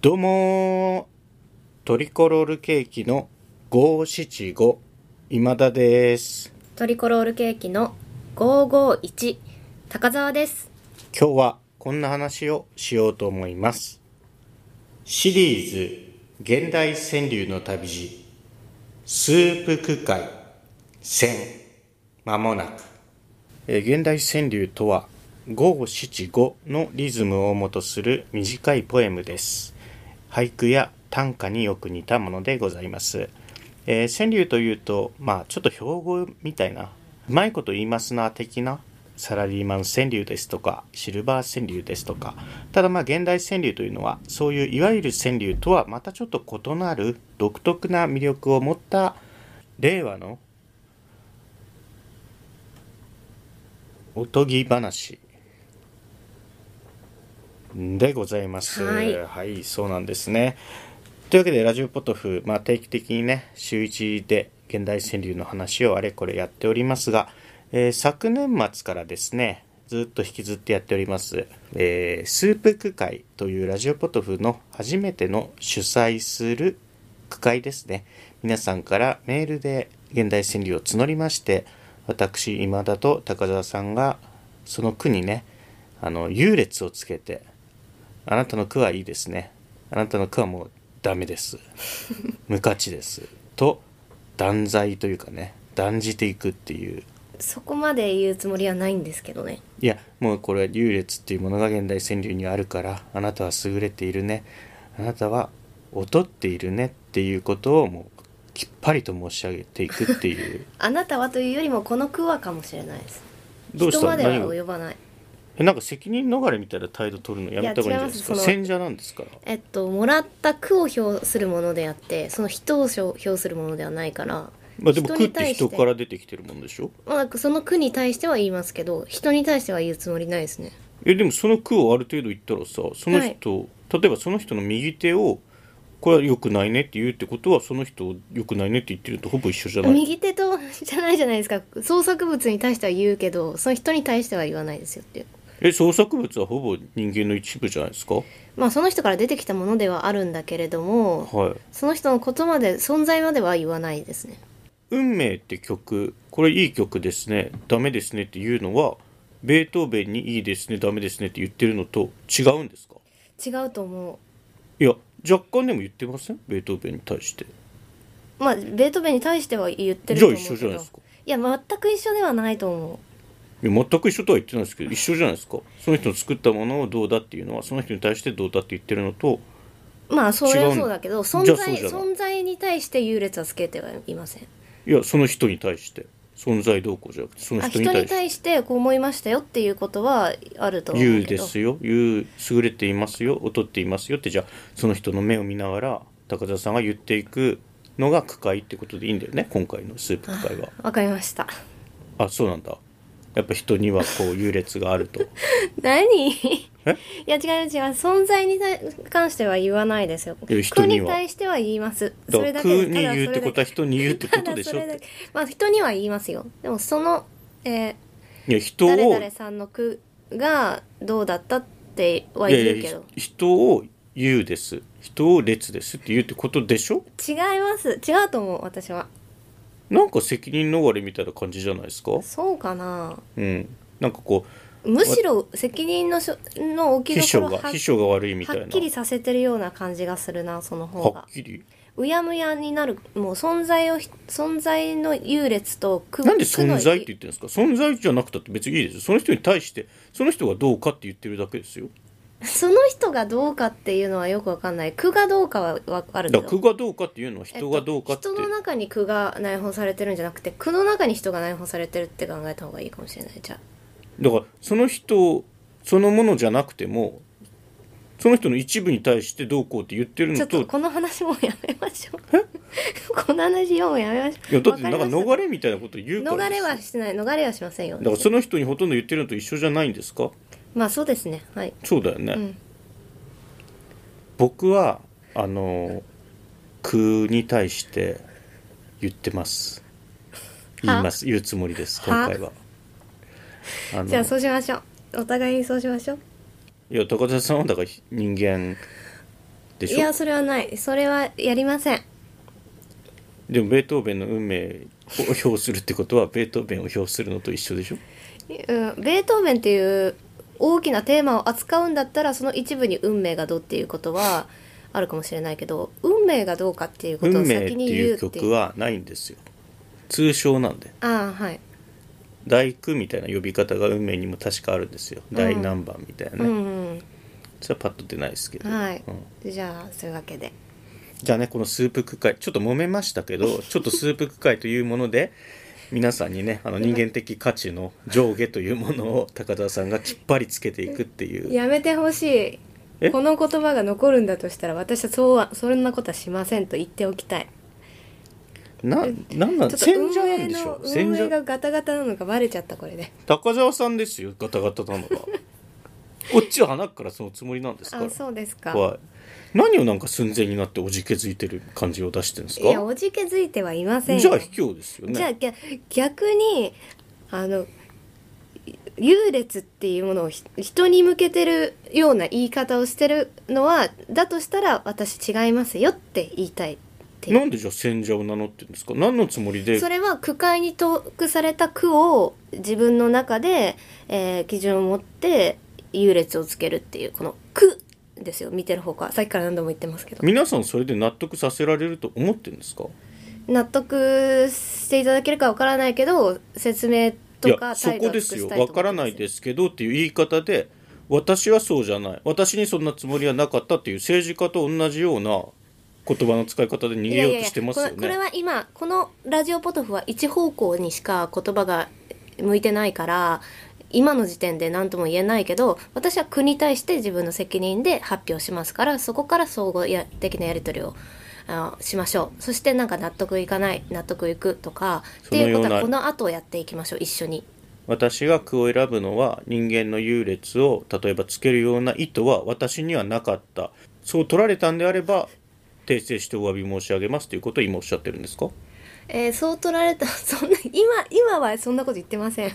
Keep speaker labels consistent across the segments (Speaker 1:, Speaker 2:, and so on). Speaker 1: どうもートリコロールケーキの575今田です
Speaker 2: トリコロールケーキの551高澤です
Speaker 1: 今日はこんな話をしようと思いますシリーズ現代川柳の旅路スープ区会戦まもなくえー現代川柳とは五七五のリズムをもとする短いポエムです俳句や短歌によく似たものでございます、えー川柳というとまあちょっと標語みたいなうまいこと言いますな的なサラリーマン川柳ですとかシルバー川柳ですとかただまあ現代川柳というのはそういういわゆる川柳とはまたちょっと異なる独特な魅力を持った令和のおとぎ話でございます。
Speaker 2: はい
Speaker 1: はい、そうなんですね。というわけで、ラジオポトフ、まあ、定期的にね、週1で現代川柳の話をあれこれやっておりますが、えー昨年末からですね、ずっと引きずってやっております、えースープ区会というラジオポトフの初めての主催する区会ですね。皆さんからメールで現代川柳を募りまして、私、今田と高澤さんが、その区にね、あの、優劣をつけて、あなたの句はいいですね。あなたの句はもうダメ です。無価値です。と、断罪というかね、断じていくっていう。
Speaker 2: そこまで言うつもりはないんですけどね
Speaker 1: いや、もうこれは優劣っていうものが現代川柳にあるから、あなたは優れているね。あなたは劣っているねっていうことをもうきっぱりと申し上げていくって いう。
Speaker 2: あなたはというよりもこの句はかもしれないです
Speaker 1: どうし
Speaker 2: 人
Speaker 1: た
Speaker 2: までは
Speaker 1: 何を
Speaker 2: 及ばない
Speaker 1: えなんか責任逃れみたいな態度取るのやめた方がいいんじゃないですか。
Speaker 2: いや違いますその
Speaker 1: 戦者なんですから。
Speaker 2: えっともらった句を表するものであってその人を表するものではないから
Speaker 1: まあでも句
Speaker 2: に
Speaker 1: って
Speaker 2: 対して
Speaker 1: 人から出てきてるもんでしょ
Speaker 2: まあなんかその句に対しては言いますけど人に対しては言うつもりないですね
Speaker 1: えでもその句をある程度言ったらさその人、例えばその人の右手をこれは良くないねって言うってことはその人を良くないねって言ってるとほぼ一緒じゃない
Speaker 2: 右手とじゃないじゃないですか創作物に対しては言うけどその人に対しては言わないですよっていう
Speaker 1: え創作物はほぼ人間の一部じゃないですかは
Speaker 2: まあその人から出てきたものではあるんだけれども
Speaker 1: い
Speaker 2: その人のことまで存在までは言わないですね。
Speaker 1: 「運命」って曲これいい曲ですねダメですねっていうのはベートーベンに「いいですねダメですね」って言ってるのと違うんですか
Speaker 2: 違うと思
Speaker 1: いや若干でも言ってませんベートーベンに対して
Speaker 2: う。まあベートーベンに対しては言ってると思うけ
Speaker 1: じゃあ一緒
Speaker 2: ど。
Speaker 1: じゃないですか。
Speaker 2: いや全く一緒ではないと思う。
Speaker 1: いや全く一緒とは言ってないですけど一緒じゃないですかその人の作ったものをどうだっていうのはその人に対してどうだって言ってるのと
Speaker 2: まあそれ
Speaker 1: 違う
Speaker 2: は
Speaker 1: の
Speaker 2: そうだけど
Speaker 1: じゃ
Speaker 2: 存
Speaker 1: あ
Speaker 2: 在
Speaker 1: そうじゃない
Speaker 2: 存在に対して優劣はつけてはいません。
Speaker 1: いやその人に対して存在どうこうじゃなくてその
Speaker 2: あ
Speaker 1: 人
Speaker 2: 人
Speaker 1: に対し
Speaker 2: に
Speaker 1: て
Speaker 2: 対してこう思いましたよっていうことはあると思
Speaker 1: 言
Speaker 2: う
Speaker 1: う
Speaker 2: け
Speaker 1: で
Speaker 2: ど。
Speaker 1: すよ言う優れていますよ劣っていますよってじゃあその人の目を見ながら高田さんが言っていくのが句会ってことでいいんだよね今回のスープ句会は
Speaker 2: わかりました。
Speaker 1: あそうなんだやっぱ人にはこう優劣があると
Speaker 2: 何？い
Speaker 1: え
Speaker 2: や違う違う存在に対関しては言わないですよ。
Speaker 1: いや人には
Speaker 2: 句対しては言います。 それ
Speaker 1: だ
Speaker 2: だ
Speaker 1: 句
Speaker 2: けです
Speaker 1: に言うってことは人に言うってこ
Speaker 2: た
Speaker 1: と
Speaker 2: だ
Speaker 1: でし
Speaker 2: そ
Speaker 1: ょ
Speaker 2: れ
Speaker 1: っ
Speaker 2: だ
Speaker 1: て
Speaker 2: けまあ人には言いますよでもその、えー
Speaker 1: いや人を
Speaker 2: 誰々さんの句がどうだったってはい
Speaker 1: や
Speaker 2: 言う
Speaker 1: い
Speaker 2: け
Speaker 1: や
Speaker 2: ど
Speaker 1: ひ人を言うです人を列ですって言うってことでしょ
Speaker 2: 違います違うと思う私は
Speaker 1: なんか責任逃れみたいな感じじゃないですか
Speaker 2: そうかな
Speaker 1: うんなんかこ
Speaker 2: むしろ責任のしょの
Speaker 1: う
Speaker 2: 置
Speaker 1: 秘
Speaker 2: き
Speaker 1: 書
Speaker 2: どころ
Speaker 1: が
Speaker 2: は
Speaker 1: 秘書が悪いみたいな
Speaker 2: はっきりさせてるような感じがするなその方
Speaker 1: は
Speaker 2: が
Speaker 1: っきり
Speaker 2: うやむやになるもう存在をひ存在の優劣と句
Speaker 1: なんで
Speaker 2: 句の
Speaker 1: 存在って言ってるんですか存在じゃなくたって別にいいですよその人に対してその人がどうかって言ってるだけですよ
Speaker 2: その人がどうかっていうのはよくわかんない句がどうかはわかる
Speaker 1: だ
Speaker 2: け
Speaker 1: か
Speaker 2: ど
Speaker 1: ら句がどうかっていうのは人がどうかって、
Speaker 2: えっと人の中に句が内包されてるんじゃなくて句の中に人が内包されてるって考えた方がいいかもしれないじゃあ
Speaker 1: だからその人そのものじゃなくてもその人の一部に対してどうこうって言ってる
Speaker 2: ちょ
Speaker 1: の
Speaker 2: っと
Speaker 1: と
Speaker 2: この話もうやめましょう この話ようやめましょう
Speaker 1: いやだってなんか
Speaker 2: わ
Speaker 1: 逃れみたいなこと言う
Speaker 2: り
Speaker 1: か
Speaker 2: ました
Speaker 1: ら
Speaker 2: 逃
Speaker 1: で
Speaker 2: れ
Speaker 1: す
Speaker 2: はしてない逃れはしませんよ
Speaker 1: だからその人にほとんど言ってるのと一緒じゃないんですか
Speaker 2: まあそうですねはい
Speaker 1: そうだよね、
Speaker 2: うん
Speaker 1: 僕はあの句に対して言ってます言います言うつもりです今回はあの
Speaker 2: じゃあそうしましょうお互いにそうしましょう
Speaker 1: いや高田さんはだから人間で
Speaker 2: い
Speaker 1: しょ
Speaker 2: やそれはないそれはやりません
Speaker 1: でもベートーベンの運命を評するってことはベートーベンを評するのと一緒でしょ
Speaker 2: うん、ベートーベンっていう大きなテーマを扱うんだったらその一部に運命がどうっていうことはあるかもしれないけど運命がどうかっていうこと
Speaker 1: 運
Speaker 2: を
Speaker 1: 命って
Speaker 2: 先に
Speaker 1: い
Speaker 2: 言う
Speaker 1: う
Speaker 2: っていう
Speaker 1: 曲はないんですよ通称なんで
Speaker 2: ああはい、
Speaker 1: 大工みたいな呼び方が運命にも確かあるんですよ、
Speaker 2: ん
Speaker 1: 大何番みたいなね、
Speaker 2: うん
Speaker 1: それはパッと出ないですけ
Speaker 2: う
Speaker 1: ど、
Speaker 2: んはい、
Speaker 1: うん
Speaker 2: じゃあそういうわけで
Speaker 1: じゃあねこのスープ区会ちょっと揉めましたけどちょっとスープ区会というもので皆さんにねあの人間的価値の上下というものを高田さんがきっぱりつけていくっていう
Speaker 2: やめてほし
Speaker 1: え
Speaker 2: いこの言葉が残るんだとしたら私はそうはそんなことはしませんと言っておきたい
Speaker 1: ななんなん
Speaker 2: ちょっと
Speaker 1: 戦
Speaker 2: 運
Speaker 1: 者な
Speaker 2: 営
Speaker 1: んでし
Speaker 2: の
Speaker 1: ょ戦
Speaker 2: 運営
Speaker 1: 者
Speaker 2: がガタガタなのがバレちゃったこれで
Speaker 1: 高澤さんですよガタガタなの がこっちは鼻からそのつもりなんですか
Speaker 2: あ
Speaker 1: ら
Speaker 2: そうですか
Speaker 1: はい何をなんか寸前になっておじけづいてる感じを出してるんです
Speaker 2: いや
Speaker 1: か
Speaker 2: おじけづいてはいませんよ
Speaker 1: じゃあ卑怯ですよね
Speaker 2: じゃあぎゃ逆にあの優劣っていうものをひ人に向けてるような言い方をしてるのはだとしたら私違いますよって言いたいっていう
Speaker 1: なんでじゃあ戦者を名乗ってるんですか何のつもりで
Speaker 2: それは句会に登録された句を自分の中で、えー基準を持って優劣をつけるっていうこの句ですよ見てる方かさっきから何度も言ってますけど
Speaker 1: 皆さんそれで納得させられると思ってるんですか
Speaker 2: 納得していただけるかわからないけど説明
Speaker 1: い
Speaker 2: とか
Speaker 1: やそ
Speaker 2: 態度
Speaker 1: こ
Speaker 2: は
Speaker 1: で
Speaker 2: 尽く
Speaker 1: す
Speaker 2: し
Speaker 1: よ
Speaker 2: たいと思
Speaker 1: わ
Speaker 2: ってま
Speaker 1: か
Speaker 2: す
Speaker 1: らないですけどっていう言い方で私はそうじゃない私にそんなつもりはなかったっていう政治家と同じような言葉の使い方で逃
Speaker 2: い
Speaker 1: げ
Speaker 2: やい
Speaker 1: よ
Speaker 2: や
Speaker 1: うと
Speaker 2: いや
Speaker 1: してますよね
Speaker 2: これこれは今このラジオポトフは一方向にしか言葉が向いてないから今の時点で何とも言えないけど私は国に対して自分の責任で発表しますからそこから総合や的なやり取りをあしましょうそしてなんか納得いかない納得いくとかっ
Speaker 1: そ
Speaker 2: て
Speaker 1: の
Speaker 2: いう
Speaker 1: よう
Speaker 2: こ
Speaker 1: な
Speaker 2: とはこの後やっていきましょう一緒に
Speaker 1: 私が句を選ぶのは人間の優劣を例えばつけるような意図は私にはなかったそう取られたんであれば訂正してお詫び申し上げますということを今おっしゃってるんですか
Speaker 2: えーそう取られたそんな今今はそんなこと言ってません
Speaker 1: え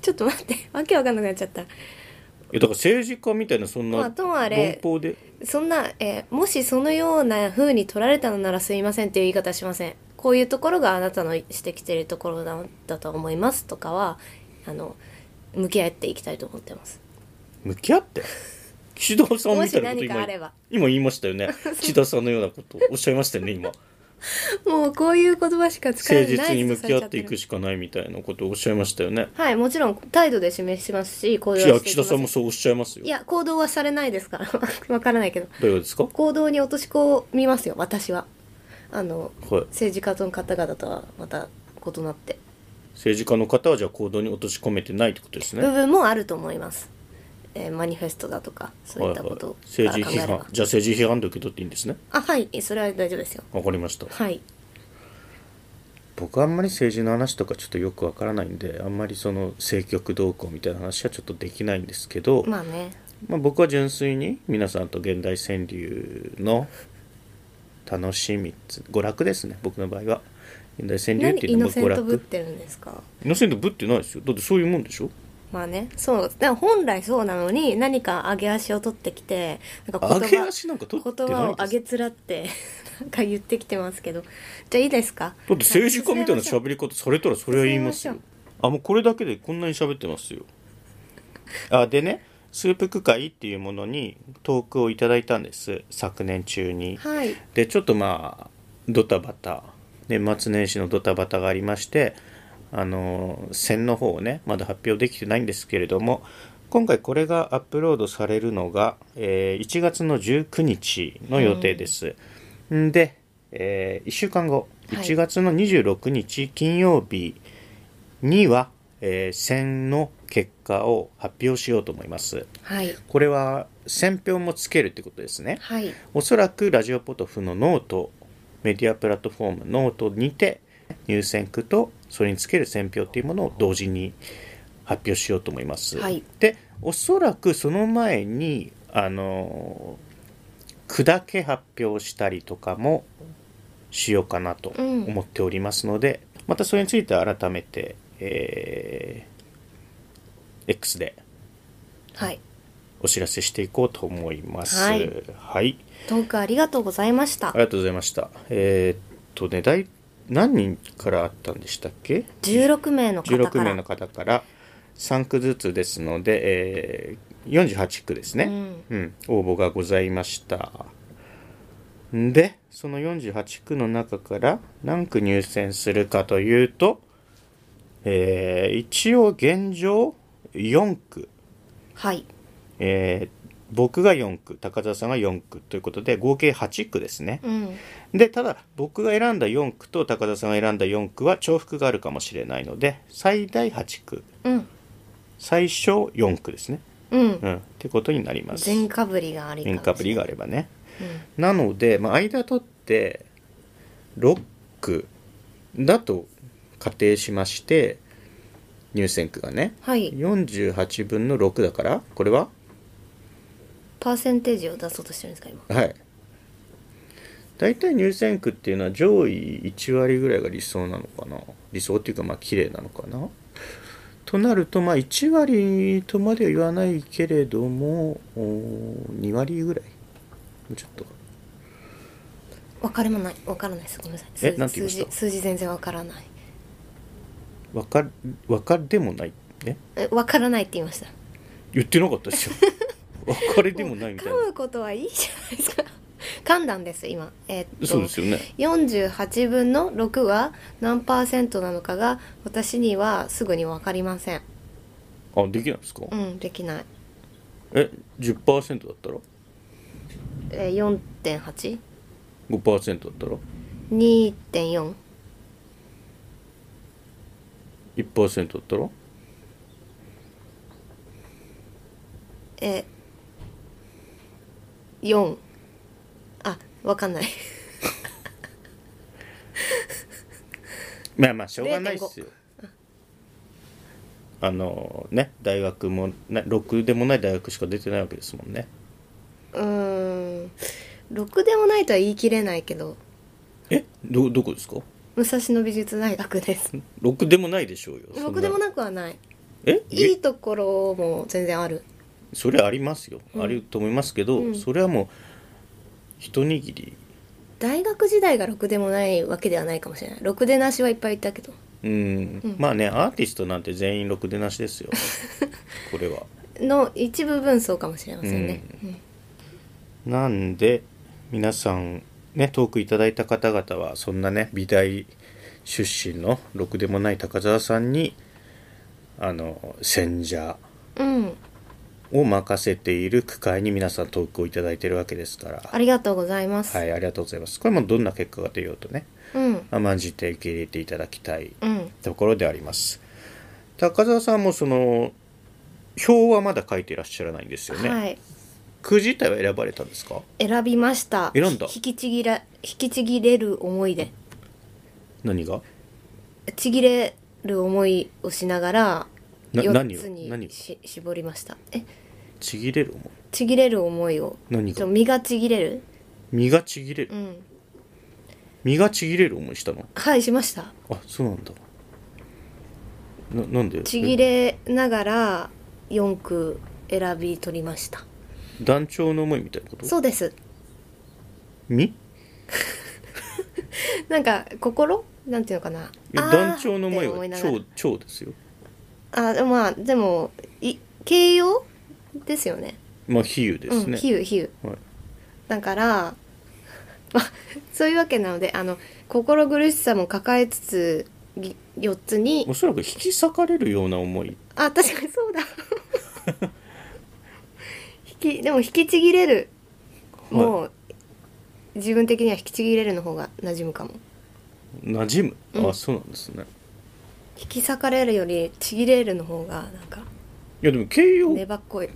Speaker 2: ちょっと待ってわけわかんなくなっちゃった
Speaker 1: いやだから政治家みたいなそんな
Speaker 2: まあともあれ
Speaker 1: 論法で
Speaker 2: そんな、えーもしそのような風に取られたのならすいませんっていう言い方はしません。こういうところがあなたのしてきているところなんだと思いますとかは、あの、向き合っていきたいと思ってます。
Speaker 1: 向き合って岸田さんみたいなこと
Speaker 2: もし何か
Speaker 1: 今
Speaker 2: あれば
Speaker 1: 今言いました よね岸田さんのようなことをおっしゃいましたよね今
Speaker 2: もうこういう言葉し か使えな
Speaker 1: 誠実
Speaker 2: い
Speaker 1: に向き合っていく
Speaker 2: し。
Speaker 1: しかないみたいなことをおっしゃいましたよね
Speaker 2: はい、もちろん態度で示しますし、行動
Speaker 1: い
Speaker 2: は
Speaker 1: や
Speaker 2: してい
Speaker 1: 岸
Speaker 2: きま
Speaker 1: 田
Speaker 2: す
Speaker 1: さんもそうおっしゃいますよ
Speaker 2: いや、行動はされないですから。わから ないけど。
Speaker 1: どういうことですか
Speaker 2: 行動に落とし込みますよ、私は。あの、
Speaker 1: はい
Speaker 2: 政治家との方々とはまた異なって。
Speaker 1: 政治家の方はじゃあ行動に落とし込めてないってことですね
Speaker 2: 部分もあると思います、えーマニフェストだとかそういったこと
Speaker 1: はいは
Speaker 2: から
Speaker 1: い、
Speaker 2: 考
Speaker 1: 政治
Speaker 2: えれ
Speaker 1: 批
Speaker 2: ば、
Speaker 1: 判じゃあ政治批判で受け取っていいんですね
Speaker 2: あはいそれは大丈夫ですよ
Speaker 1: わかりました
Speaker 2: はい
Speaker 1: 僕あんまり政治の話とかちょっとよくわからないんであんまりその政局動向みたいな話はちょっとできないんですけど、
Speaker 2: まあね
Speaker 1: まあ、僕は純粋に皆さんと現代川柳の楽しみつ娯楽ですね僕の場合は現代川柳
Speaker 2: 何
Speaker 1: ってい
Speaker 2: イ
Speaker 1: うの
Speaker 2: ノ
Speaker 1: も
Speaker 2: セ
Speaker 1: 娯
Speaker 2: ントぶっ
Speaker 1: 楽
Speaker 2: てるんですか
Speaker 1: イノセントぶってないですよだってそういうもんでしょ
Speaker 2: まあねそうだから本来そうなのに何か上げ足を取ってきてなんか
Speaker 1: 上
Speaker 2: 言葉
Speaker 1: げ足なんか取ってないです
Speaker 2: 言葉を上げつらって なんか言ってきてますけどじゃあいいですか
Speaker 1: だって政治家みたいな
Speaker 2: 進めましょう
Speaker 1: 喋り方されたらそれは言いますよ
Speaker 2: 進めま
Speaker 1: あもうこれだけでこんなに喋ってますよあでねスープ区会っていうものにトークをいただいたんです昨年中に
Speaker 2: はい
Speaker 1: でちょっとまあドタバタ年末年始のドタバタがありましてあの線の方をねまだ発表できてないんですけれども今回これがアップロードされるのが、えー1月の19日の予定です、ん、で、え1週間後
Speaker 2: はい
Speaker 1: 1月の26日金曜日には、えー線の結果を発表しようと思います
Speaker 2: はい
Speaker 1: これは選票もつけるってことですね
Speaker 2: はい
Speaker 1: おそらくラジオポトフのノートメディアプラットフォームノートにて入選句とそれにつける選票というものを同時に発表しようと思います、
Speaker 2: はい
Speaker 1: でおそらくその前にあの句だけ発表したりとかもしようかなと
Speaker 2: うん
Speaker 1: 思っておりますので、またそれについては改めて、えー X で
Speaker 2: はい
Speaker 1: おお知らせしていこうと思います。
Speaker 2: はい
Speaker 1: はい
Speaker 2: トークありがとうございました
Speaker 1: ありがとうございました。えーっとね、だい何人からあったんでしたっけ
Speaker 2: 16名の方か
Speaker 1: 16
Speaker 2: ら
Speaker 1: 名の方から3区ずつですので、えー48区ですね、うん応募がございましたんでその48区の中から何区入選するかというと、えー一応現状4区、
Speaker 2: はい
Speaker 1: えー僕が4区高澤さんが4区ということで合計8区ですね、
Speaker 2: うん
Speaker 1: でただ僕が選んだ4区と高田さんが選んだ4区は重複があるかもしれないので最大8区
Speaker 2: うん
Speaker 1: 最小4区ですね、
Speaker 2: うん
Speaker 1: うん、ってことになります
Speaker 2: 全かぶりがあり
Speaker 1: 全かぶりがあればね
Speaker 2: う
Speaker 1: なので、まあ、間取って6区だと仮定しまして入選区がね
Speaker 2: はい
Speaker 1: 48分の6だからこれは
Speaker 2: パーセンテージを出そうとしてるんですか今
Speaker 1: はい大体入選区っていうのは上位1割ぐらいが理想なのかな理想っていうかまあ綺麗なのかなとなるとまあ1割とまでは言わないけれども2割ぐらいもうちょっと
Speaker 2: 分かれもない分からないですごめんなさい
Speaker 1: え
Speaker 2: 数
Speaker 1: なんて言いました
Speaker 2: 数字数字全然分からない
Speaker 1: わかわかでもないね
Speaker 2: え分からないって言いました
Speaker 1: 言ってなかったでし ょわかれでもないみたい
Speaker 2: 噛
Speaker 1: な
Speaker 2: むことはいいじゃないですか 噛んだんです今えーっと
Speaker 1: そうですよね
Speaker 2: 48分の6が何パーセントなのかが私にはすぐに分かりません
Speaker 1: あできないんですか、
Speaker 2: うんできない
Speaker 1: え10%だったら
Speaker 2: えー4.82.4
Speaker 1: 5%だったら1%だったら
Speaker 2: え4あわかんない
Speaker 1: まあまあしょうがないっすよあのね大学もねろくでもない大学しか出てないわけですもんね
Speaker 2: うーん6でもないとは言い切れないけど
Speaker 1: えどどこですか
Speaker 2: 武蔵野美術大学です
Speaker 1: ろくでもないでしょうよそん
Speaker 2: 6でも
Speaker 1: な
Speaker 2: なくはない
Speaker 1: え
Speaker 2: い
Speaker 1: え
Speaker 2: いところも全然ある
Speaker 1: それありますよ、あると思いますけど、それはもう一握り
Speaker 2: 大学時代がろくでもないわけではないかもしれないろくでなしはいっぱいいたけど
Speaker 1: うん、まあねアーティストなんて全員ろくでなしです よこれは
Speaker 2: の一部分そうかもしれませんね、うん
Speaker 1: なんで皆さんねトークいただいた方々はそんなね美大出身のろくでもない高澤さんにあの選者
Speaker 2: うん、
Speaker 1: を任せている区会に皆さんトークをいただいてるわけですから
Speaker 2: ありがとうございます、
Speaker 1: はいありがとうございますこれもどんな結果が出ようとね
Speaker 2: うん
Speaker 1: 甘んじて受け入れていただきたい
Speaker 2: うん
Speaker 1: ところであります高澤さんもその表はまだ書いていらっしゃらないんですよね、
Speaker 2: はい
Speaker 1: 区自体は選ばれたんですか
Speaker 2: 選びました
Speaker 1: 選んだ
Speaker 2: 引きちぎら引きちぎれる思いで
Speaker 1: 何が
Speaker 2: ちぎれる思いをしながら
Speaker 1: な
Speaker 2: 4つ
Speaker 1: 何を何を
Speaker 2: にし絞りましたえ
Speaker 1: ちぎれる思い
Speaker 2: ちぎれる思いを
Speaker 1: 何が
Speaker 2: ちょ身がちぎれる
Speaker 1: 身がちぎれる、
Speaker 2: うん
Speaker 1: 身がちぎれる思いしたの
Speaker 2: はいしました
Speaker 1: あそうなんだななんで
Speaker 2: ちぎれながら4句選び取りました
Speaker 1: え団長の思いみたいなこと
Speaker 2: そうです
Speaker 1: 身
Speaker 2: なんか心なんていうのかない
Speaker 1: や団長の思い
Speaker 2: あーって
Speaker 1: は
Speaker 2: ながら
Speaker 1: 超超ですよ
Speaker 2: あでもまあでもい形容ですよね
Speaker 1: まあ比喩で
Speaker 2: う
Speaker 1: す
Speaker 2: ん
Speaker 1: ね、
Speaker 2: 比喩比喩
Speaker 1: はい、
Speaker 2: だから まあそういうわけなのであの心苦しさも抱えつつぎ4つに
Speaker 1: おそらく引き裂かれるような思い
Speaker 2: あ確かにそうだ 引きでも引きちぎれる、
Speaker 1: はい
Speaker 2: もう自分的には引きちぎれるの方が馴染むかも
Speaker 1: 馴染む、
Speaker 2: う
Speaker 1: あ
Speaker 2: ん
Speaker 1: そうなんですね
Speaker 2: 引き裂かれるよりちぎれるの方がなんか
Speaker 1: いやでも形容
Speaker 2: 粘っこい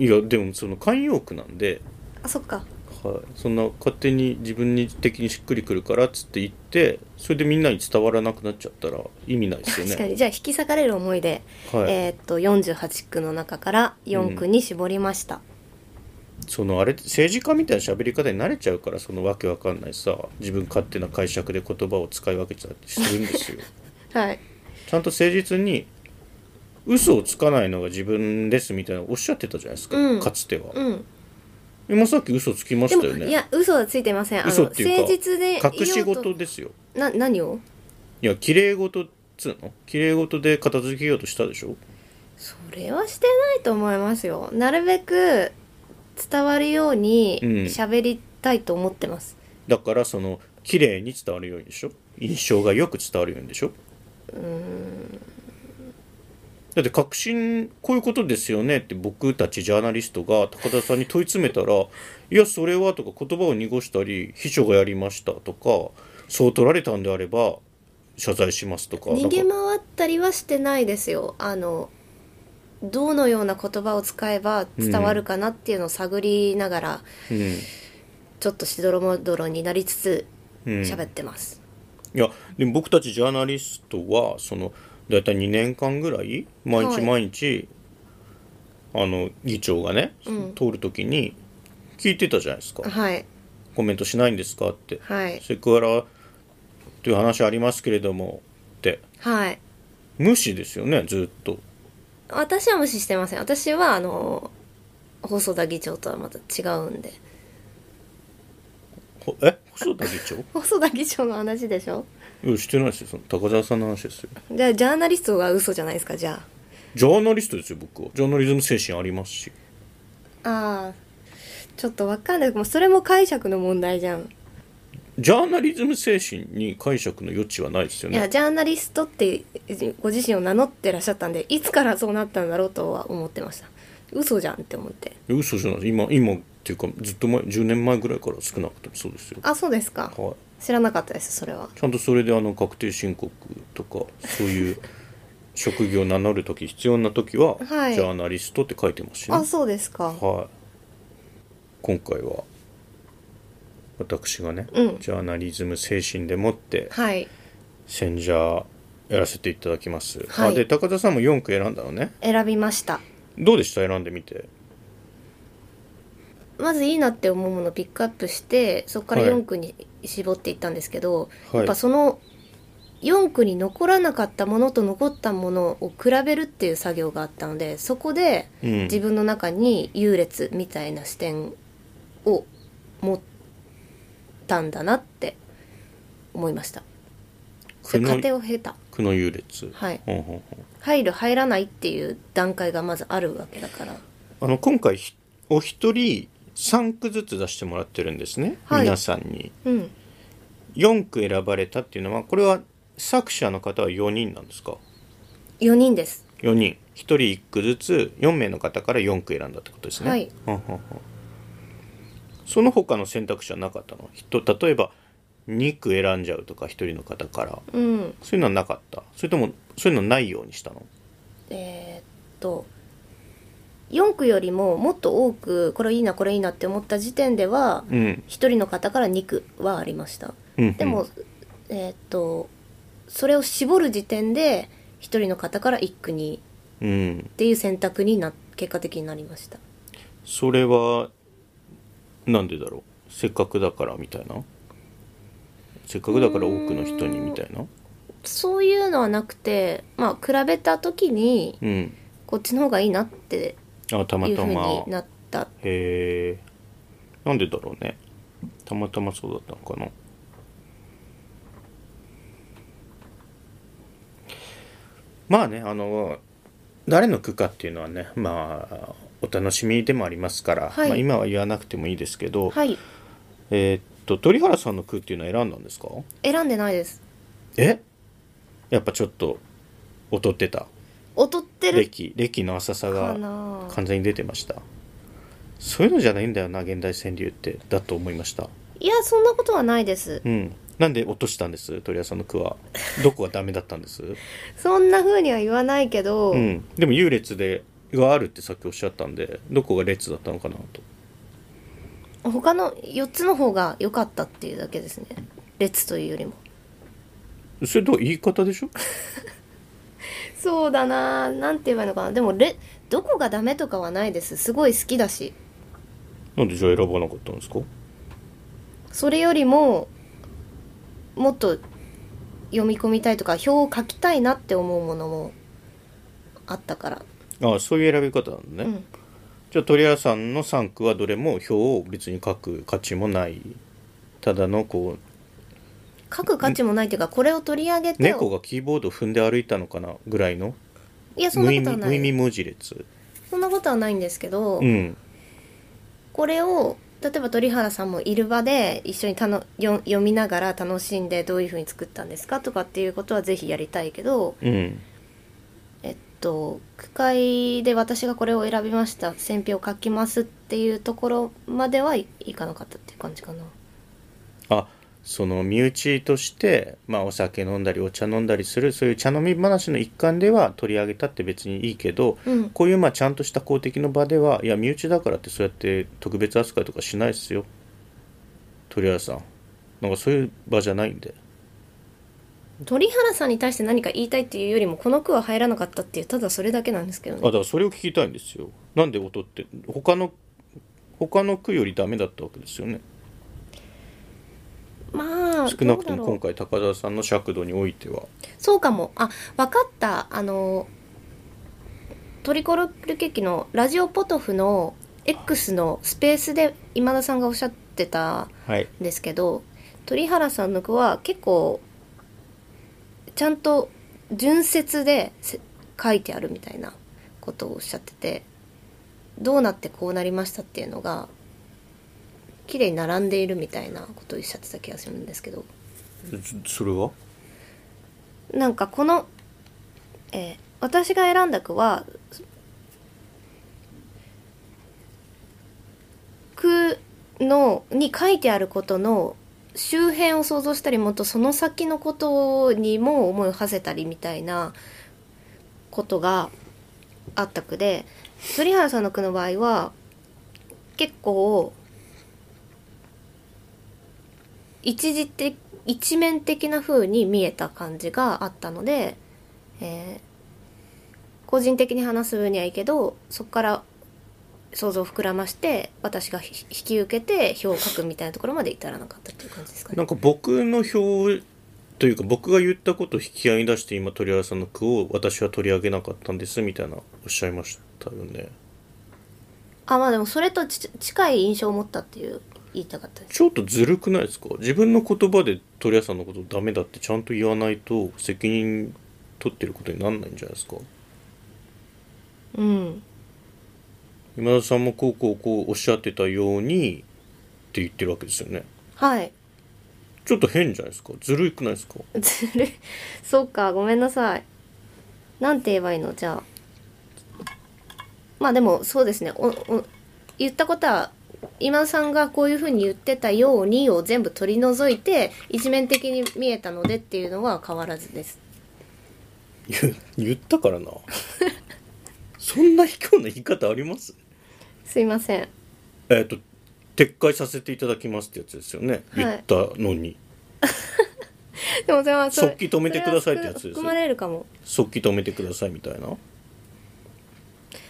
Speaker 1: いやでもその慣用句なんで、
Speaker 2: あそっか
Speaker 1: はい、そんな勝手に自分に的にしっくりくるからっつって言ってそれでみんなに伝わらなくなっちゃったら意味ないですよね
Speaker 2: 確かにじゃあ引き裂かれる思いで、
Speaker 1: はい
Speaker 2: えーっと48区の中から4区に絞りました、
Speaker 1: そのあれ政治家みたいな喋り方に慣れちゃうからそのわけわかんないさ自分勝手な解釈で 言葉を使い分けちゃってするんですよ
Speaker 2: はい
Speaker 1: ちゃんと誠実に嘘をつかないのが自分ですみたいなおっしゃってたじゃないですか、
Speaker 2: うん
Speaker 1: かつては、
Speaker 2: うん、
Speaker 1: 今さっき嘘つきま
Speaker 2: で
Speaker 1: した
Speaker 2: も、
Speaker 1: よね
Speaker 2: いや嘘はついてませんあの
Speaker 1: 嘘っていうか
Speaker 2: 誠実でいようと
Speaker 1: 隠し事ですよ
Speaker 2: な何を
Speaker 1: いや綺麗事っつうの綺麗事で片付けようとしたでしょ
Speaker 2: それはしてないと思いますよなるべく伝わるように
Speaker 1: うん
Speaker 2: 喋りたいと思ってます、
Speaker 1: だからその綺麗に伝わるようにでしょ印象がよく伝わるようにでしょだって確信こういうことですよねって僕たちジャーナリストが高田さんに問い詰めたら「いやそれは」とか言葉を濁したり「秘書がやりました」とか「そう取られたんであれば謝罪します」とか
Speaker 2: 逃げ
Speaker 1: なんか
Speaker 2: 回ったりはしてないですよあのどのような言葉を使えば伝わるかなっていうのを探りながら、
Speaker 1: うん
Speaker 2: ちょっとしどろもどろになりつつ
Speaker 1: うん
Speaker 2: 喋ってます、
Speaker 1: いやでも僕たちジャーナリストはその大体2年間ぐらい毎
Speaker 2: は
Speaker 1: 日
Speaker 2: い
Speaker 1: 毎日、あの議長がね、
Speaker 2: うん
Speaker 1: 通る時に聞いてたじゃないですか
Speaker 2: はい
Speaker 1: 「コメントしないんですか?」って
Speaker 2: はい
Speaker 1: セクハラという話ありますけれども」って
Speaker 2: はい
Speaker 1: 無視ですよねずっと。
Speaker 2: 私は無視してません私はあの細田議長とはまた違うんで
Speaker 1: ほえ細田議長
Speaker 2: 細田議長の話でしょ
Speaker 1: うんしてないですよその高澤さんの話ですよ。
Speaker 2: じゃあジャーナリストが嘘じゃないですかじゃ
Speaker 1: ジャーナリストですよ僕はジャーナリズム精神ありますし
Speaker 2: あああちょっとわかんないもうそれも解釈の問題じゃん、
Speaker 1: ジャーナリズム精神に解釈の余地はないですよ
Speaker 2: い
Speaker 1: ね。
Speaker 2: やジャーナリストってご自身を名乗ってらっしゃったんでいつからそうなったんだろうとは思ってました嘘じゃんって思って
Speaker 1: いや嘘じゃないです今今っていうかずっと前10年前ぐらいから少なくともそうですよ、
Speaker 2: あそうですか
Speaker 1: はい、
Speaker 2: 知らなかったですそれは
Speaker 1: ちゃんとそれであの確定申告とかそういう職業を名乗る時必要な時は、
Speaker 2: はい
Speaker 1: ジャーナリストって書いてますしね
Speaker 2: あそうですか
Speaker 1: はい、今回は私がね、
Speaker 2: うん
Speaker 1: ジャーナリズム精神でもって
Speaker 2: はい
Speaker 1: 選者やらせていただきます、
Speaker 2: はい
Speaker 1: あで高田さんも4句選んだのね
Speaker 2: 選びました
Speaker 1: どうでした選んでみて
Speaker 2: まずいいなって思うものをピックアップしてそこから
Speaker 1: はい
Speaker 2: 4区に絞っていったんですけど、
Speaker 1: はい
Speaker 2: やっぱその4区に残らなかったものと残ったものを比べるっていう作業があったのでそこで
Speaker 1: うん
Speaker 2: 自分の中に優劣みたいな視点を持ったんだなって思いました。そ
Speaker 1: 苦の
Speaker 2: れ過程を経た
Speaker 1: 苦の優劣、
Speaker 2: はい
Speaker 1: ほんほんほん
Speaker 2: 入る入らないっていう段階がまずあるわけだから
Speaker 1: あの今回ひお一人3句ずつ出してもらってるんですね、
Speaker 2: はい
Speaker 1: 皆さんに
Speaker 2: うん
Speaker 1: 4句選ばれたっていうのはこれは作者の方は4人なんですか
Speaker 2: 4人です
Speaker 1: 4人1人1句ずつ4名の方から4句選んだってことですね、
Speaker 2: はい
Speaker 1: ほんほんほんその他の選択肢はなかったのひと例えば2句選んじゃうとか1人の方から
Speaker 2: うん
Speaker 1: そういうのはなかったそれともそういうのないようにしたの
Speaker 2: えーっと4区よりももっと多くこれいいなこれいいなって思った時点では、
Speaker 1: う
Speaker 2: 1
Speaker 1: ん
Speaker 2: 人の方から2区はありました
Speaker 1: うん
Speaker 2: でも、えーっとそれを絞る時点で1人の方から1区に
Speaker 1: うん、うん
Speaker 2: っていう選択にな結果的になりました
Speaker 1: それはなんでだろうせっかくだからみたいなせっかくだから多くの人にみたいな
Speaker 2: そういうのはなくてまあ比べた時に
Speaker 1: うん
Speaker 2: こっちの方がいいなって
Speaker 1: あたま
Speaker 2: いうふ
Speaker 1: た
Speaker 2: う
Speaker 1: ま
Speaker 2: になった
Speaker 1: へえなんでだろうねたまたまそうだったのかなまあねあの誰の句かっていうのはねまあお楽しみでもありますから、
Speaker 2: はい
Speaker 1: まあ、今は言わなくてもいいですけど、
Speaker 2: はい
Speaker 1: えーっと鳥原さんの句っていうのは選んだんですか
Speaker 2: 選んでないです
Speaker 1: えやっぱちょっと劣ってた
Speaker 2: 劣ってる
Speaker 1: 歴歴の浅さ
Speaker 2: か
Speaker 1: が
Speaker 2: な
Speaker 1: 完全に出てましたそういうのじゃないんだよな現代川柳ってだと思いました
Speaker 2: いやそんなことはないです
Speaker 1: うんなんで落としたんです鳥屋さんの句はどこがダメだったんです
Speaker 2: そんな風には言わないけど、
Speaker 1: うんでも優劣でがあるってさっきおっしゃったんでどこが劣だったのかなと
Speaker 2: 他の4つの方が良かったっていうだけですね列というよりも
Speaker 1: それと言い方でしょ
Speaker 2: そうだななんて言えばいいのかなでもれどこがダメとかはないですすごい好きだし
Speaker 1: なんでじゃあ選ばなかったんですか
Speaker 2: それよりももっと読み込みたいとか表を書きたいなって思うものもあったから
Speaker 1: あそういう選び方なんだね、
Speaker 2: うん
Speaker 1: じゃあ鳥屋さんの3区はどれも票を別に書く価値もないただのこう
Speaker 2: 書く価値もないっていうかこれを取り上げて
Speaker 1: 猫がキーボードを踏んで歩いたのかなぐらいの
Speaker 2: いやそん
Speaker 1: 無
Speaker 2: なこ
Speaker 1: 意
Speaker 2: とは
Speaker 1: 味
Speaker 2: な
Speaker 1: 無意味
Speaker 2: い
Speaker 1: 文字列
Speaker 2: そんなことはないんですけど、
Speaker 1: うん
Speaker 2: これを例えば鳥原さんもいる場で一緒にたのよ読みながら楽しんでどういうふうに作ったんですかとかっていうことはぜひやりたいけど
Speaker 1: うん
Speaker 2: えっと区会で私がこれを選びました選票を書きますっていうところまではいいかなかったっていう感じかな。
Speaker 1: あその身内として、まあ、お酒飲んだりお茶飲んだりするそういう茶飲み話の一環では取り上げたって別にいいけど、
Speaker 2: うん
Speaker 1: こういうまあちゃんとした公的の場ではいや身内だからってそうやって特別扱いとかしないっすよ鳥原さんなんかそういう場じゃないんで
Speaker 2: 鳥原さんに対して何か言いたいっていうよりもこの句は入らなかったっていうただそれだけなんですけど
Speaker 1: あだ
Speaker 2: ね
Speaker 1: からそれを聞きたいんですよなんで音って他の他の区よりダメだったわけですよね
Speaker 2: まあ
Speaker 1: 少なくとも
Speaker 2: どうだろう
Speaker 1: 今回高田さんの尺度においては
Speaker 2: そうかもあ分かったあのトリコロールケーキのラジオポトフの X のスペースで今田さんがおっしゃってた
Speaker 1: はい
Speaker 2: んですけど鳥原さんの句は結構ちゃんと純説でせ書いてあるみたいなことをおっしゃっててどうなってこうなりましたっていうのが綺麗に並んでいるみたいなことをおっしゃってた気がするんですけど。
Speaker 1: それは
Speaker 2: なんかこの、えー私が選んだ句は句のに書いてあることの周辺を想像したりもっとその先のことにも思いを馳せたりみたいなことがあった句で鳥原さんの句の場合は結構一時的一面的な風に見えた感じがあったので、えー個人的に話す分にはいいけどそこから想像を膨らまして私がひ引き受けて票を書くみたいなところまで至らなかったっていう感じですか
Speaker 1: な
Speaker 2: ね
Speaker 1: ん。か僕の表というか僕が言ったことを引き合いに出して今鳥原さんの句を私は取り上げなかったんですみたいなおっしゃいましたよね
Speaker 2: あまあでもそれとち近い印象を持ったっていう言いたかったです。
Speaker 1: ちょっとずるくないですか自分の言葉で鳥谷さんのことをダメだってちゃんと言わないと責任取ってることになんないんじゃないですか
Speaker 2: うん
Speaker 1: 今田さんもこうこうこうおっしゃってたようにって言ってるわけですよね
Speaker 2: はい
Speaker 1: ちょっと変じゃないですかずるくないですか
Speaker 2: ずるい そうかごめんなさいなんて言えばいいのじゃあまあでもそうですねおお言ったことは今田さんがこういうふうに言ってたようにを全部取り除いて一面的に見えたのでっていうのは変わらずです
Speaker 1: 言言ったからな そんな卑怯な言い方あります
Speaker 2: すいません
Speaker 1: えっ、と撤回させていただきますってやつですよね、
Speaker 2: はい
Speaker 1: 言ったのに
Speaker 2: でもそれはそれ
Speaker 1: 即帰止めてくださいってやつです
Speaker 2: それ
Speaker 1: よ
Speaker 2: は含まれるかも
Speaker 1: 即帰止めてくださいみたいな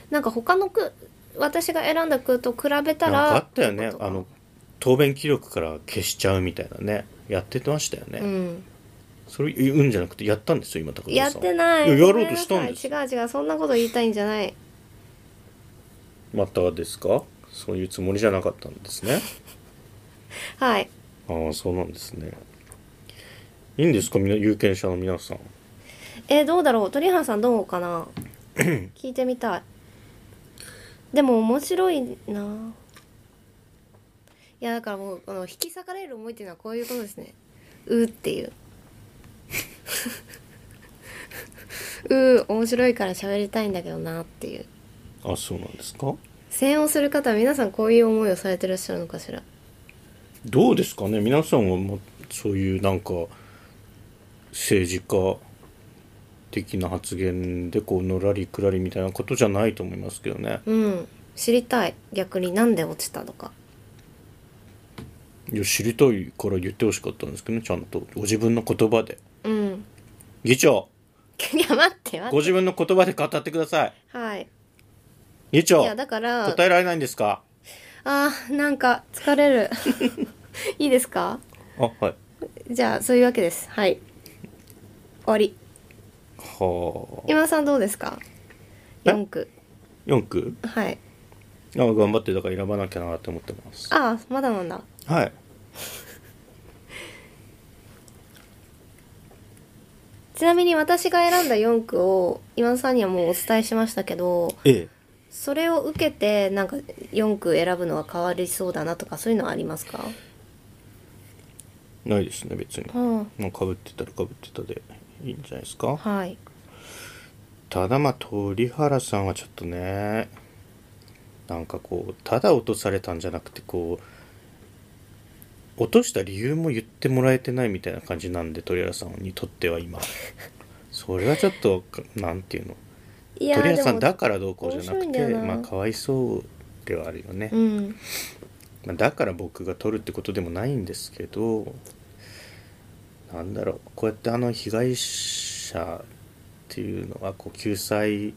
Speaker 2: なんか他の句私が選んだ句と比べた
Speaker 1: なんからあったよね
Speaker 2: てことか
Speaker 1: あの答弁記録から消しちゃうみたいなねやってましたよね、
Speaker 2: うん
Speaker 1: それ言うんじゃなくてやったんですよ今高
Speaker 2: や
Speaker 1: 田
Speaker 2: っ
Speaker 1: さん
Speaker 2: てない
Speaker 1: ややろうとしたんです
Speaker 2: ごめなさい違う違うそんなこと言いたいんじゃない
Speaker 1: またですかそういうつもりじゃなかったんですね
Speaker 2: はい
Speaker 1: ああそうなんですねいいんですかみな有権者の皆さん
Speaker 2: えーどうだろう鳥原さんどう かな聞いてみたいでも面白いないやだからもうこの引き裂かれる思いっていうのはこういうことですねうーっていう うー面白いから喋りたいんだけどなっていう
Speaker 1: あそうなんですか
Speaker 2: 戦をする方は皆さんこういう思いをされてらっしゃるのかしら
Speaker 1: どうですかね皆さんはもうそういうなんか政治家的な発言でこうのらりくらりみたいなことじゃないと思いますけどね
Speaker 2: うん知りたい逆になんで落ちたのか
Speaker 1: いや知りたいから言ってほしかったんですけどねちゃんとご自分の言葉で
Speaker 2: うん
Speaker 1: 議長
Speaker 2: いや待って
Speaker 1: ご
Speaker 2: 待っ
Speaker 1: 自分の言葉で語ってください
Speaker 2: てはい
Speaker 1: 議
Speaker 2: い
Speaker 1: 長
Speaker 2: やだから
Speaker 1: 答えられないんですか
Speaker 2: あーなんか疲れ るいいですか
Speaker 1: あはい
Speaker 2: じゃあそういうわけですはい終わり
Speaker 1: は
Speaker 2: 今田さんどうです
Speaker 1: あ
Speaker 2: か
Speaker 1: え
Speaker 2: 四区
Speaker 1: 4区
Speaker 2: はい
Speaker 1: あ頑張ってだから選ばなきゃなって思ってます
Speaker 2: ああまだなんだ
Speaker 1: はい
Speaker 2: ちなみに私が選んだ4区を今野さんにはもうお伝えしましたけど
Speaker 1: ええ
Speaker 2: それを受けてなんか4区選ぶのは変わりそうだなとかそういうのはありますか
Speaker 1: ないですね別に
Speaker 2: うん
Speaker 1: もうかぶってたらかぶってたでいいんじゃないですか
Speaker 2: はい
Speaker 1: ただまあ鳥原さんはちょっとねなんかこうただ落とされたんじゃなくてこう落とした理由も言ってもらえてないみたいな感じなんで鳥原さんにとっては今 それはちょっとかなんていうの鳥
Speaker 2: い
Speaker 1: 原
Speaker 2: で
Speaker 1: さん
Speaker 2: も
Speaker 1: だからどうこうじゃなく
Speaker 2: 面
Speaker 1: て
Speaker 2: 白いんだよ
Speaker 1: ま
Speaker 2: な
Speaker 1: あかわいそうではあるよね、
Speaker 2: うん
Speaker 1: まあだから僕が取るってことでもないんですけどなんだろうこうやってあの被害者っていうのはこう救済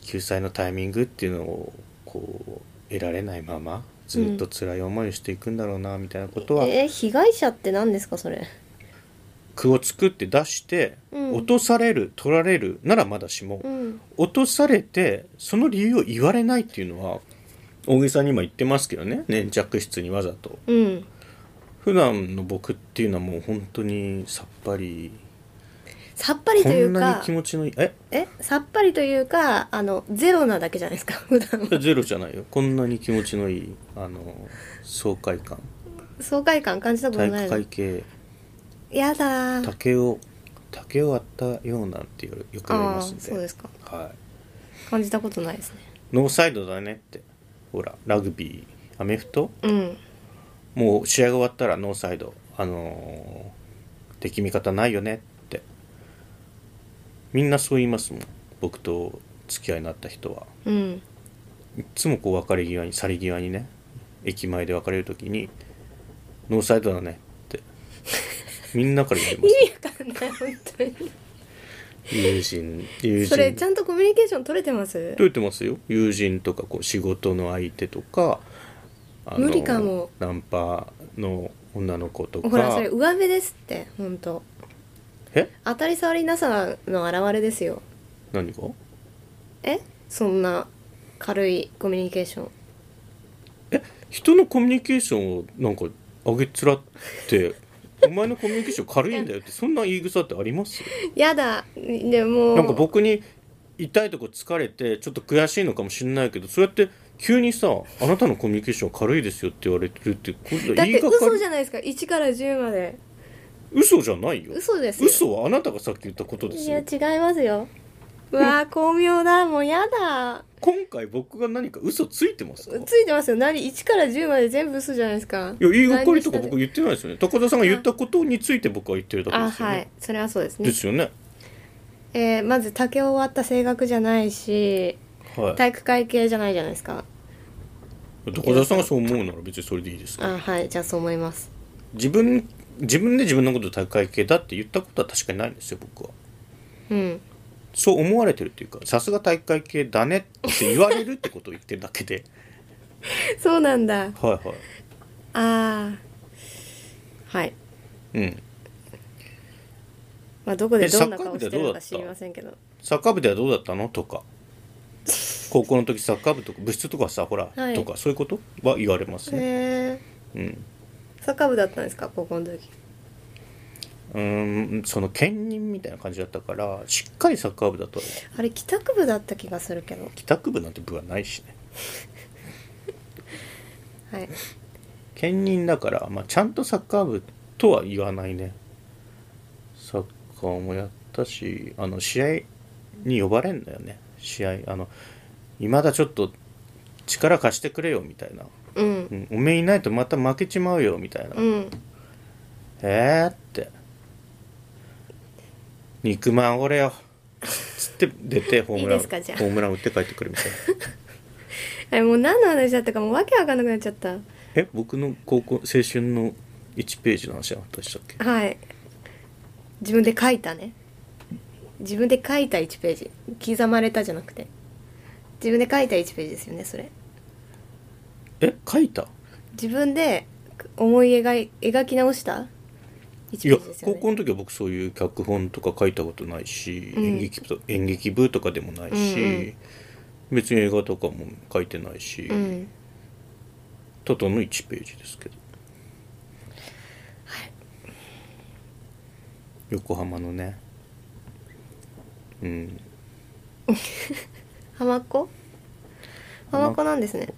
Speaker 1: 救済のタイミングっていうのをこう得られないままずっと辛い思いをしていくんだろうなみたいなことは、
Speaker 2: えー被害者って何ですかそれ
Speaker 1: 句を作って出して、
Speaker 2: うん
Speaker 1: 落とされる取られるならまだしも、
Speaker 2: うん
Speaker 1: 落とされてその理由を言われないっていうのは大げさに今言ってますけどね粘着質にわざと。
Speaker 2: うん
Speaker 1: 普段の僕っていうのはもう本当にさっぱり
Speaker 2: さっぱりと
Speaker 1: こ
Speaker 2: いうん
Speaker 1: なに
Speaker 2: か
Speaker 1: 気持ちのいいえ
Speaker 2: えさっぱりというかあのゼロなだけじゃないですか 普段は
Speaker 1: ゼロじゃないよこんなに気持ちのいいあの爽快感
Speaker 2: 爽快感感じたこと
Speaker 1: 体
Speaker 2: ない
Speaker 1: 育
Speaker 2: の
Speaker 1: 会系
Speaker 2: やだー
Speaker 1: 竹を竹を割ったようなんてよよく言われ
Speaker 2: ああ
Speaker 1: ますんで
Speaker 2: そうですか
Speaker 1: は
Speaker 2: 感じたことないですね
Speaker 1: い、ノーサイドだねってほらラグビーアメフト
Speaker 2: うん
Speaker 1: もう試合が終わったらノーサイドあのー敵味方ないよねってみんなそう言いますもん僕と付き合いになった人は。
Speaker 2: うん
Speaker 1: いっつもこう別れ際に去り際にね駅前で別れる時に「ノーサイドだね」ってみんなから言われま
Speaker 2: 意
Speaker 1: す
Speaker 2: 味わかんない本当に
Speaker 1: 友人友人
Speaker 2: それち
Speaker 1: と
Speaker 2: ゃんとコミュニケーション取れてます
Speaker 1: 言ってますよ友人とかこう仕事の相手とかあ
Speaker 2: 無理かも
Speaker 1: ナンパの女の子とか
Speaker 2: ほらそれ上辺ですって本当
Speaker 1: え
Speaker 2: 当たり障りなさの表れですよ
Speaker 1: 何が
Speaker 2: えそんな軽いコミュニケーション
Speaker 1: え人のコミュニケーションをなんか上げつらってお前のコミュニケーション軽いんだよってそんな言い草ってあります
Speaker 2: やだでも
Speaker 1: なんか僕に痛いとこ疲れてちょっと悔しいのかもしれないけどそうやって急にさ「あなたのコミュニケーションは軽いですよ」って言われてるってこれ
Speaker 2: だっ
Speaker 1: 言い
Speaker 2: て
Speaker 1: がか
Speaker 2: 嘘
Speaker 1: り
Speaker 2: じゃないですか1から10まで
Speaker 1: 嘘じゃないよ
Speaker 2: 嘘ですよ
Speaker 1: 嘘はあなたがさっき言ったことで
Speaker 2: い
Speaker 1: す
Speaker 2: や
Speaker 1: よ
Speaker 2: 違いますようわー巧妙だもうやだ
Speaker 1: 今回僕が何か嘘ついてますかい
Speaker 2: ついてますよ何1から10まで全部嘘じゃないですか
Speaker 1: や言いがかりとか
Speaker 2: 何
Speaker 1: 僕
Speaker 2: でし
Speaker 1: 言ってないですよね高田さんが言ったことについて僕は言ってるだ
Speaker 2: た
Speaker 1: け
Speaker 2: ね
Speaker 1: で
Speaker 2: あ
Speaker 1: すよね、
Speaker 2: はいそれはそうですね
Speaker 1: ですよね
Speaker 2: えーまず竹を割った性格じゃないし
Speaker 1: はい
Speaker 2: 体育会系じゃないじゃないですか
Speaker 1: 高田さんがそう思うなら別にそれでいいです
Speaker 2: あはいじゃあそう思います
Speaker 1: 自分自分で自分のこと高い系だって言ったことは確かにないんですよ僕は
Speaker 2: うん
Speaker 1: そう思われてるっていうかさすが体育会系だねって言われるってことを言ってるだけで
Speaker 2: そうなんだ
Speaker 1: はいは
Speaker 2: あーはい
Speaker 1: い、うん、
Speaker 2: まあどこで
Speaker 1: え
Speaker 2: どんな
Speaker 1: サッカー部
Speaker 2: 顔
Speaker 1: で
Speaker 2: し
Speaker 1: は
Speaker 2: てる
Speaker 1: どうだ
Speaker 2: のか
Speaker 1: った
Speaker 2: 知りませんけど
Speaker 1: サッカー部ではどうだったのとか高校の時サッカー部とか部室とかさほら、
Speaker 2: はい
Speaker 1: とかそういうことは言われますね、
Speaker 2: へ
Speaker 1: う
Speaker 2: え
Speaker 1: ん
Speaker 2: サッカー部だったんですか高校の時
Speaker 1: うーんその兼任みたいな感じだったからしっかりサッカー部だと
Speaker 2: あれ帰宅部だった気がするけど
Speaker 1: 帰宅部なんて部はないしね
Speaker 2: はい
Speaker 1: 兼任だから、まあ、ちゃんとサッカー部とは言わないねサッカーもやったしあの試合に呼ばれんだよね試合あの今だちょっと力貸してくれよみたいな、
Speaker 2: うん
Speaker 1: うん、おめえいないとまた負けちまうよみたいな、
Speaker 2: う
Speaker 1: へ
Speaker 2: ん
Speaker 1: えって肉まん俺よつって出 てホームラン
Speaker 2: いいですかじゃあ
Speaker 1: ホームラン打って帰ってくるみたいな
Speaker 2: えもう何の話だったかもうわけわかんなくなっちゃった
Speaker 1: え僕の高校青春の1ページの話はどうでしたっけ
Speaker 2: はい自分で書いたね自分で書いた1ページ刻まれたじゃなくて自分で書いた1ページですよねそれ
Speaker 1: え書いた
Speaker 2: 自分で思い描い描き直した1
Speaker 1: い
Speaker 2: ペ
Speaker 1: や
Speaker 2: ージですよ
Speaker 1: 高
Speaker 2: ね
Speaker 1: 校の時は僕そういう脚本とか書いたことないし、
Speaker 2: うん
Speaker 1: 演劇部と演劇部とかでもないし、
Speaker 2: うんうん
Speaker 1: 別に映画とかも書いてないし、
Speaker 2: うん
Speaker 1: ただの1ページですけど、横浜のねうん
Speaker 2: 浜っ子浜っ子なんですね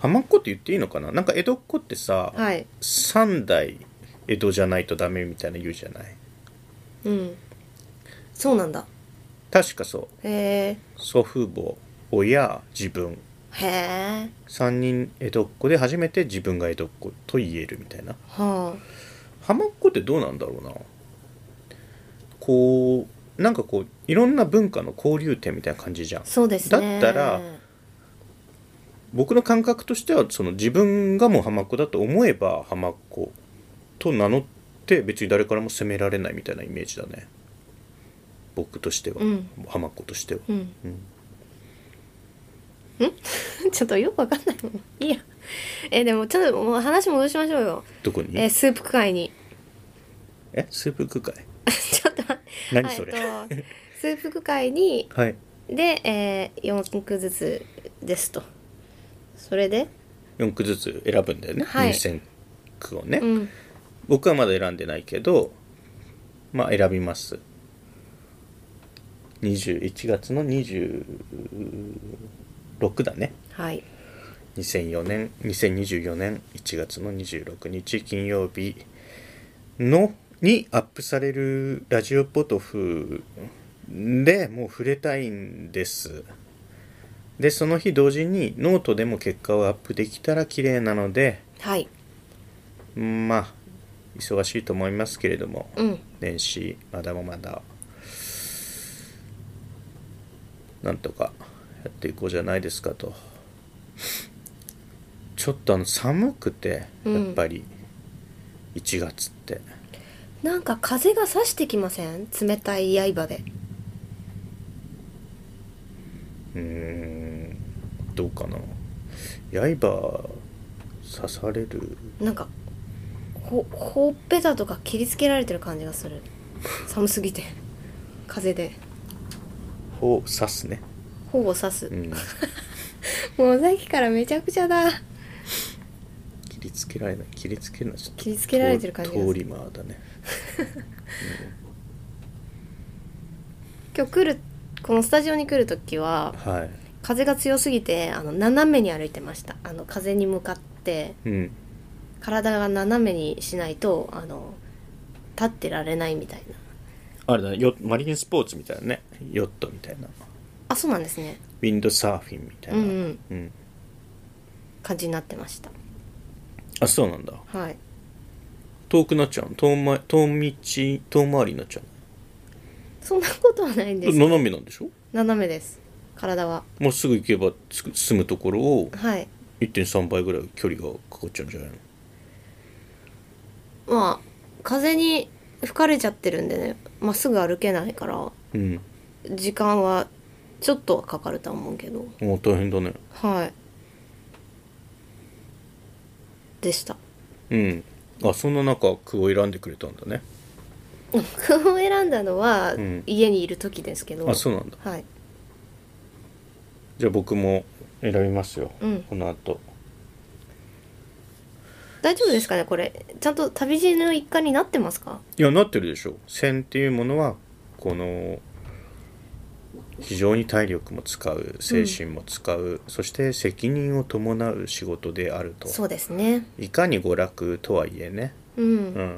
Speaker 1: 浜っ子って言っていいのかななんか江戸っ子ってさ、
Speaker 2: はい
Speaker 1: 三代江戸じゃないとダメみたいな言うじゃない
Speaker 2: うんそうなんだ
Speaker 1: 確かそう
Speaker 2: へえ
Speaker 1: 祖父母親自分
Speaker 2: へえ
Speaker 1: 3人江戸っ子で初めて自分が江戸っ子と言えるみたいな
Speaker 2: は
Speaker 1: 浜っ子ってどうなんだろうなこうなんかこういろんな文化の交流点みたいな感じじゃん
Speaker 2: あそうですね
Speaker 1: だったら僕の感覚としてはその自分がもう浜っ子だと思えば浜っ子と名乗って別に誰からも責められないみたいなイメージだね僕としては、
Speaker 2: うん
Speaker 1: 浜っ子としては、
Speaker 2: うん
Speaker 1: うん
Speaker 2: ちょっとよくわかんないもん。いいや。え、でもちょっともう話戻しましょうよ。
Speaker 1: どこに
Speaker 2: え、スープ会に。
Speaker 1: えスープ区会
Speaker 2: ちょっと待って
Speaker 1: 何それ
Speaker 2: あえっとスープ会に、
Speaker 1: はい
Speaker 2: で、えー、4区ずつですと。それで、
Speaker 1: 4句ずつ選ぶんだよね、
Speaker 2: はい
Speaker 1: 入選句をね、
Speaker 2: うん。
Speaker 1: 僕はまだ選んでないけどまあ選びます21月の26だね
Speaker 2: はい。
Speaker 1: 2004年2024年1月の26日金曜日のにアップされるラジオポトフでもう触れたいんですでその日同時にノートでも結果をアップできたら綺麗なので
Speaker 2: はい。
Speaker 1: まあ忙しいと思いますけれども
Speaker 2: うん。
Speaker 1: 年始まだまだなんとかやっていこうじゃないですかとちょっとあの寒くて
Speaker 2: う
Speaker 1: や
Speaker 2: ん
Speaker 1: っぱり1月って、
Speaker 2: なんか風が差してきません冷たい刃で。
Speaker 1: うーんどうかな刃刺される
Speaker 2: なんか、ほ、ほっぺたとか切りつけられてる感じがする。寒すぎて。風で。
Speaker 1: 方を刺すね、
Speaker 2: 頬を刺す
Speaker 1: う。ん、
Speaker 2: もうさっきからめちゃくちゃだ。
Speaker 1: 切りつけられない切りつけるのはちょっと
Speaker 2: 切りつけられてる感じがする
Speaker 1: 通り魔だね
Speaker 2: 今日来るこのスタジオに来る時は
Speaker 1: はい
Speaker 2: 風が強すぎてあの斜めに歩いてましたあの風に向かって
Speaker 1: うん
Speaker 2: 体が斜めにしないとあの立ってられないみたいな
Speaker 1: あれだねヨマリンスポーツみたいなねヨットみたいな
Speaker 2: あそうなんですね
Speaker 1: ウィンドサーフィンみたいな、
Speaker 2: うんうん
Speaker 1: うん
Speaker 2: 感じになってました
Speaker 1: あそうなんだ
Speaker 2: はい
Speaker 1: 遠くなっちゃうの遠,、ま、遠道遠回りになっちゃう
Speaker 2: そんなことはないんで
Speaker 1: の
Speaker 2: す
Speaker 1: 斜めなんでしょ
Speaker 2: 斜めです体は
Speaker 1: もうすぐ行けばつく住むところを
Speaker 2: はい
Speaker 1: 1.3倍ぐらい距離がかかっちゃうんじゃないの
Speaker 2: まあ風に吹かれちゃってるんでねまっすぐ歩けないから
Speaker 1: うん
Speaker 2: 時間はちょっとはかかるとは思うけど
Speaker 1: もう大変だね
Speaker 2: はいでした
Speaker 1: うんあそんな中句を選んでくれたんだね
Speaker 2: 句を選んだのは、
Speaker 1: うん
Speaker 2: 家にいる時ですけど
Speaker 1: あそうなんだ
Speaker 2: はい
Speaker 1: じゃあ僕も選びますよ、
Speaker 2: うん
Speaker 1: この後
Speaker 2: 大丈夫ですかねこれちゃんと旅路の一環になってますか
Speaker 1: いやなってるでしょ線っていうものはこの非常に体力も使う精神も使う、そして責任を伴う仕事であると
Speaker 2: そうですね
Speaker 1: いかに娯楽とはいえね、
Speaker 2: うん、
Speaker 1: うん、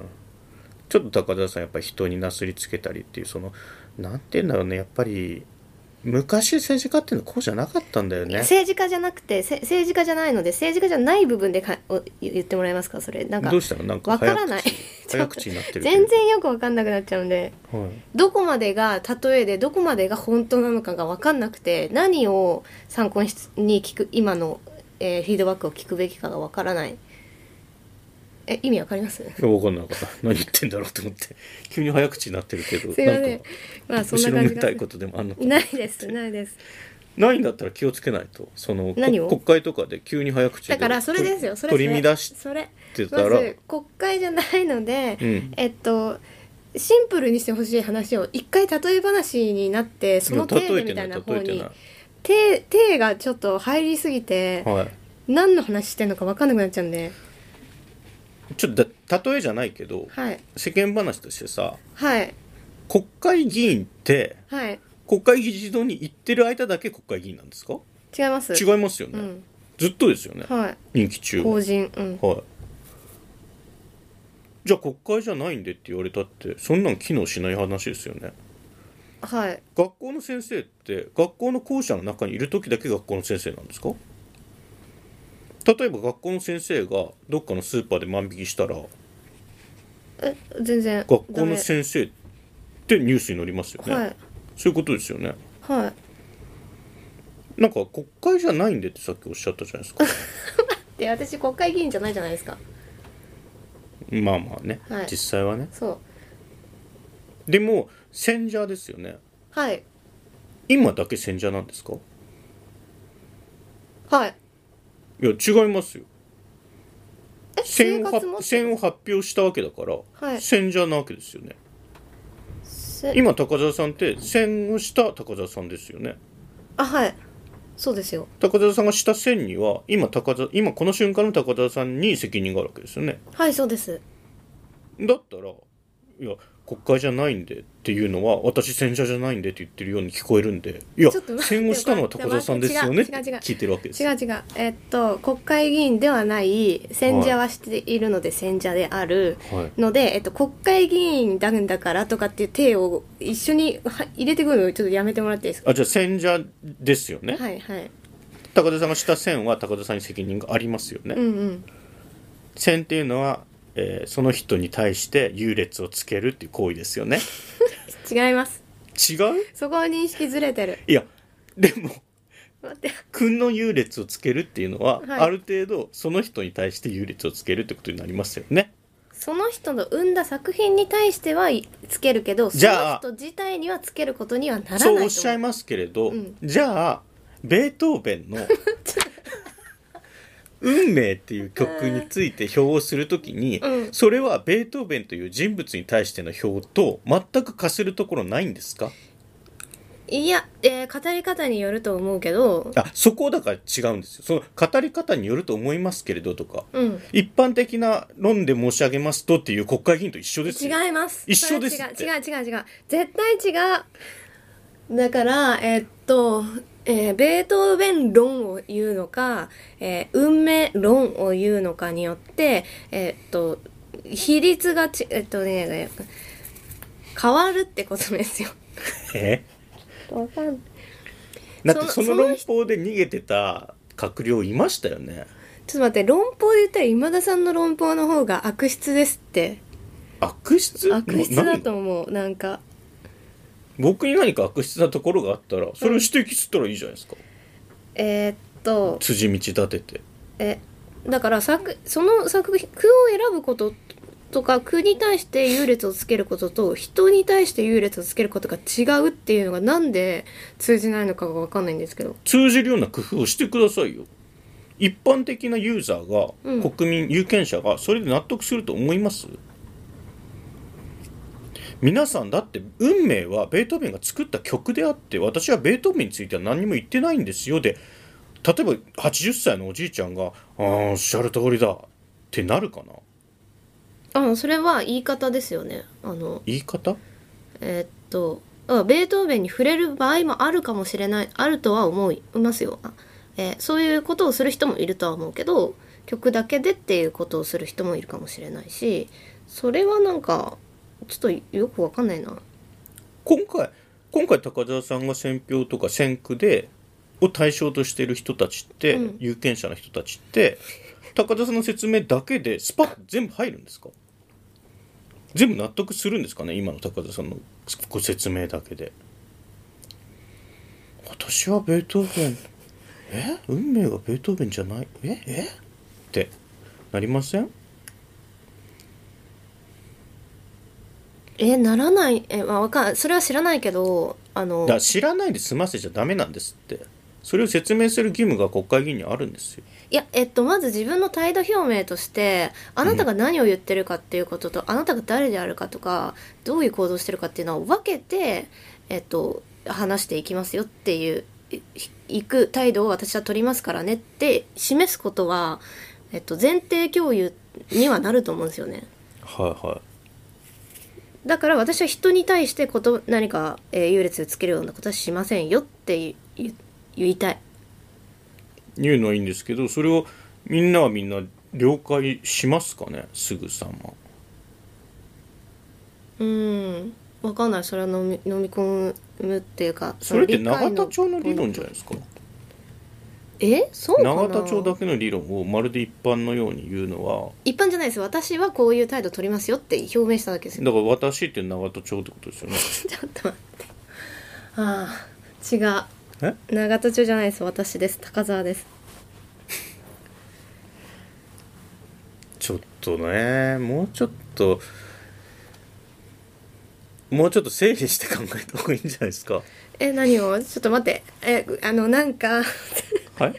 Speaker 1: ちょっと高田さんやっぱり人になすりつけたりっていうそのなんて言うんだろうねやっぱり昔政治家っていうのはこうじゃなかったんだよね。
Speaker 2: 政治家じゃなくてせ政治家じゃないので政治家じゃない部分でかお言ってもらえますかそれなんか
Speaker 1: どうしたのなんか
Speaker 2: わから
Speaker 1: 早
Speaker 2: ない
Speaker 1: 口
Speaker 2: ちょ
Speaker 1: 早
Speaker 2: っと
Speaker 1: 口になってるけど
Speaker 2: 全、然よくわかんなくなっちゃうんで
Speaker 1: はい
Speaker 2: どこまでが例えでどこまでが本当なのかが分かんなくて何を参考にしに聞く今の、えーフィードバックを聞くべきかが分からないえ意味わかります
Speaker 1: いや、わかんなかった。何言ってんだろうと思って。急に早口になってるけど。
Speaker 2: すいません
Speaker 1: なんか
Speaker 2: まあそん
Speaker 1: 後
Speaker 2: な
Speaker 1: ろ
Speaker 2: 感
Speaker 1: め
Speaker 2: じが
Speaker 1: たいことでもあんのか
Speaker 2: ないですないです
Speaker 1: ないんだったら気をつけないとそのこ
Speaker 2: 何を
Speaker 1: 国会とかで急に早口で
Speaker 2: だからそれですよそれ
Speaker 1: 取り
Speaker 2: それ
Speaker 1: 乱し
Speaker 2: それ
Speaker 1: てた
Speaker 2: ま
Speaker 1: ら、
Speaker 2: ず国会じゃないので、
Speaker 1: うん
Speaker 2: えっとシンプルにしてほしい話を一回例え話になってその
Speaker 1: 例
Speaker 2: 程
Speaker 1: え
Speaker 2: 度
Speaker 1: てな
Speaker 2: みた
Speaker 1: い
Speaker 2: いな
Speaker 1: 例
Speaker 2: 方
Speaker 1: えて
Speaker 2: に
Speaker 1: な
Speaker 2: 手手がちょっと入りすぎて
Speaker 1: いはい
Speaker 2: 何の話してんのか分かんなくなっちゃうんで
Speaker 1: ちょっとだ例えじゃないけど
Speaker 2: はい
Speaker 1: 世間話としてさ
Speaker 2: はい
Speaker 1: 国会議員って
Speaker 2: はい
Speaker 1: 国会議事堂に行ってる間だけ国会議員なんですか
Speaker 2: 違います
Speaker 1: 違いますよね、
Speaker 2: うん
Speaker 1: ずっとですよね
Speaker 2: は
Speaker 1: 任期中
Speaker 2: い
Speaker 1: は
Speaker 2: 法人うん
Speaker 1: はいじゃあ国会じゃないんでって言われたってそんなん機能しない話ですよね
Speaker 2: はい
Speaker 1: 学校の先生って学校の校舎の中にいる時だけ学校の先生なんですか例えば学校の先生がどっかのスーパーで万引きしたら
Speaker 2: え全然
Speaker 1: 学
Speaker 2: ダ
Speaker 1: 校
Speaker 2: メ
Speaker 1: の先生ってニュースに載りますよね、
Speaker 2: はい
Speaker 1: そういうことですよね
Speaker 2: はい
Speaker 1: なんか国会じゃないんでってさっきおっしゃったじゃないですか
Speaker 2: で私国会議員じゃないじゃないですか
Speaker 1: まあまあね、
Speaker 2: はい
Speaker 1: 実際はね
Speaker 2: そう
Speaker 1: でも選者ですよね
Speaker 2: はい
Speaker 1: 今だけ選者なんですか
Speaker 2: はい
Speaker 1: いや違いますよ
Speaker 2: え
Speaker 1: 選
Speaker 2: 生
Speaker 1: を
Speaker 2: 活も
Speaker 1: 発選を発表したわけだから、
Speaker 2: はい
Speaker 1: 選者なわけですよね
Speaker 2: せ
Speaker 1: 今高澤さんって選をした高澤さんですよね
Speaker 2: あはいそうですよ
Speaker 1: 高澤さんがした選には今高澤今この瞬間の高澤さんに責任があるわけですよね
Speaker 2: はいそうです
Speaker 1: だったらいや国会じゃないんでっていうのは私戦者じゃないんでって言ってるように聞こえるんでいや
Speaker 2: ちょっと待って
Speaker 1: 戦をしたのは高澤さんですよねって
Speaker 2: 待って違う違う違う
Speaker 1: 聞いてるわけです
Speaker 2: 違う違うえっと国会議員ではない選者はしているので選者である
Speaker 1: はい
Speaker 2: ので、えっと、国会議員なんだからとかっていう手を一緒には入れてくるのちょっとやめてもらっていいですか
Speaker 1: あじゃあ戦者ですよね、
Speaker 2: はいはい
Speaker 1: 高田さんがした線は高田さんに責任がありますよね、
Speaker 2: うんうん
Speaker 1: 線っていうのは、えーその人に対して優劣をつけるっていう行為ですよね
Speaker 2: 違います
Speaker 1: 違う
Speaker 2: そこは認識ずれてる
Speaker 1: いやでも
Speaker 2: 待って
Speaker 1: 君の優劣をつけるっていうのは、
Speaker 2: はい
Speaker 1: ある程度その人に対して優劣をつけるってことになりますよね
Speaker 2: その人の生んだ作品に対してはいつけるけどそ
Speaker 1: じゃ
Speaker 2: の
Speaker 1: あ
Speaker 2: 人自体にはつけることにはならないと
Speaker 1: そう
Speaker 2: 思
Speaker 1: お
Speaker 2: う
Speaker 1: っしゃいますけれど、
Speaker 2: うん
Speaker 1: じゃあベートーベ ンの「運命」っていう曲について票をするときに、
Speaker 2: うん
Speaker 1: それはベートーベンという人物に対しての票と全くかするところないんですか
Speaker 2: いや、えー語り方によると思うけど
Speaker 1: あそこだから違うんですよその語り方によると思いますけれどとか
Speaker 2: うん
Speaker 1: 一般的な論で申し上げますとっていう国会議員と一緒ですよ
Speaker 2: 違います
Speaker 1: 一緒ですって
Speaker 2: それは違う違う違う違う絶対違うだからえっと、えーベートーベン論を言うのか、えー運命論を言うのかによってえっと比率がちえっとね変わるってことですよ
Speaker 1: え
Speaker 2: わかん
Speaker 1: だってそ
Speaker 2: その
Speaker 1: の論法で逃げてた閣僚いましたよね
Speaker 2: ちょっと待って論法で言ったら今田さんの論法の方が悪質ですって
Speaker 1: 悪質
Speaker 2: 悪質だ
Speaker 1: な
Speaker 2: と思うなんか
Speaker 1: 僕に何か悪質なところがあったらそれを指摘したらいいじゃないですか、
Speaker 2: えーっと
Speaker 1: 辻道立てて
Speaker 2: えだから作その作品句を選ぶこととか句に対して優劣をつけることと人に対して優劣をつけることが違うっていうのがなんで通じないのかが分かんないんですけど
Speaker 1: 通じるような工夫をしてくださいよ一般的なユーザー
Speaker 2: うん
Speaker 1: が国民、有権者がそれで納得すると思います皆さんだって運命はベートーベンが作った曲であって私はベートーベンについては何にも言ってないんですよで例えば80歳のおじいちゃんが「ああおっしゃる通りだ」ってなるかな
Speaker 2: あそれは言い方ですよねあの
Speaker 1: 言い方
Speaker 2: えーっとあベートーベンに触れる場合もあるかもしれないあるとは思いますよ、あえーそういうことをする人もいるとは思うけど曲だけでっていうことをする人もいるかもしれないしそれはなんかちょっとよくわかんないな
Speaker 1: 今回今回高澤さんが選票とか選区でを対象としている人たちって、
Speaker 2: うん
Speaker 1: 有権者の人たちって高田さんの説明だけでスパッと全部入るんですか全部納得するんですかね今の高田さんのご説明だけで私はベートーベンえ運命がベートーベンじゃないええってなりません
Speaker 2: えならないえまあわかんそれは知らないけどあの
Speaker 1: だから知らないで済ませちゃダメなんですってそれを説明する義務が国会議員にあるんですよ。
Speaker 2: いや、えっと、まず自分の態度表明として、あなたが何を言ってるかっていうことと、あなたが誰であるかとか、どういう行動してるかっていうのを分けて、えっと、話していきますよっていう、いいく態度を私は取りますからねって示すことは、えっと、前提共有にはなると思うんですよね。
Speaker 1: はいはい。
Speaker 2: だから私は人に対してこと何か、えー優劣をつけるようなことはしませんよっていい言いたい。
Speaker 1: 言うのはいいんですけどそれをみんなはみんな了解しますかねすぐさま
Speaker 2: うんわかんないそれは飲み飲み込むっていうか
Speaker 1: それって
Speaker 2: 理解
Speaker 1: 永田町の理論じゃないですか
Speaker 2: えそうかな
Speaker 1: 永田町だけの理論をまるで一般のように言うのは
Speaker 2: 一般じゃないです私はこういう態度取りますよって表明しただけですよ
Speaker 1: だから私って永田町ってことですよね
Speaker 2: ちょっと待ってああ違う
Speaker 1: え
Speaker 2: 永田町じゃないです私です高沢です
Speaker 1: ちょっとねもうちょっともうちょっと整理して考えた方がいいんじゃないですか
Speaker 2: え何をちょっと待ってえあのなんか
Speaker 1: はい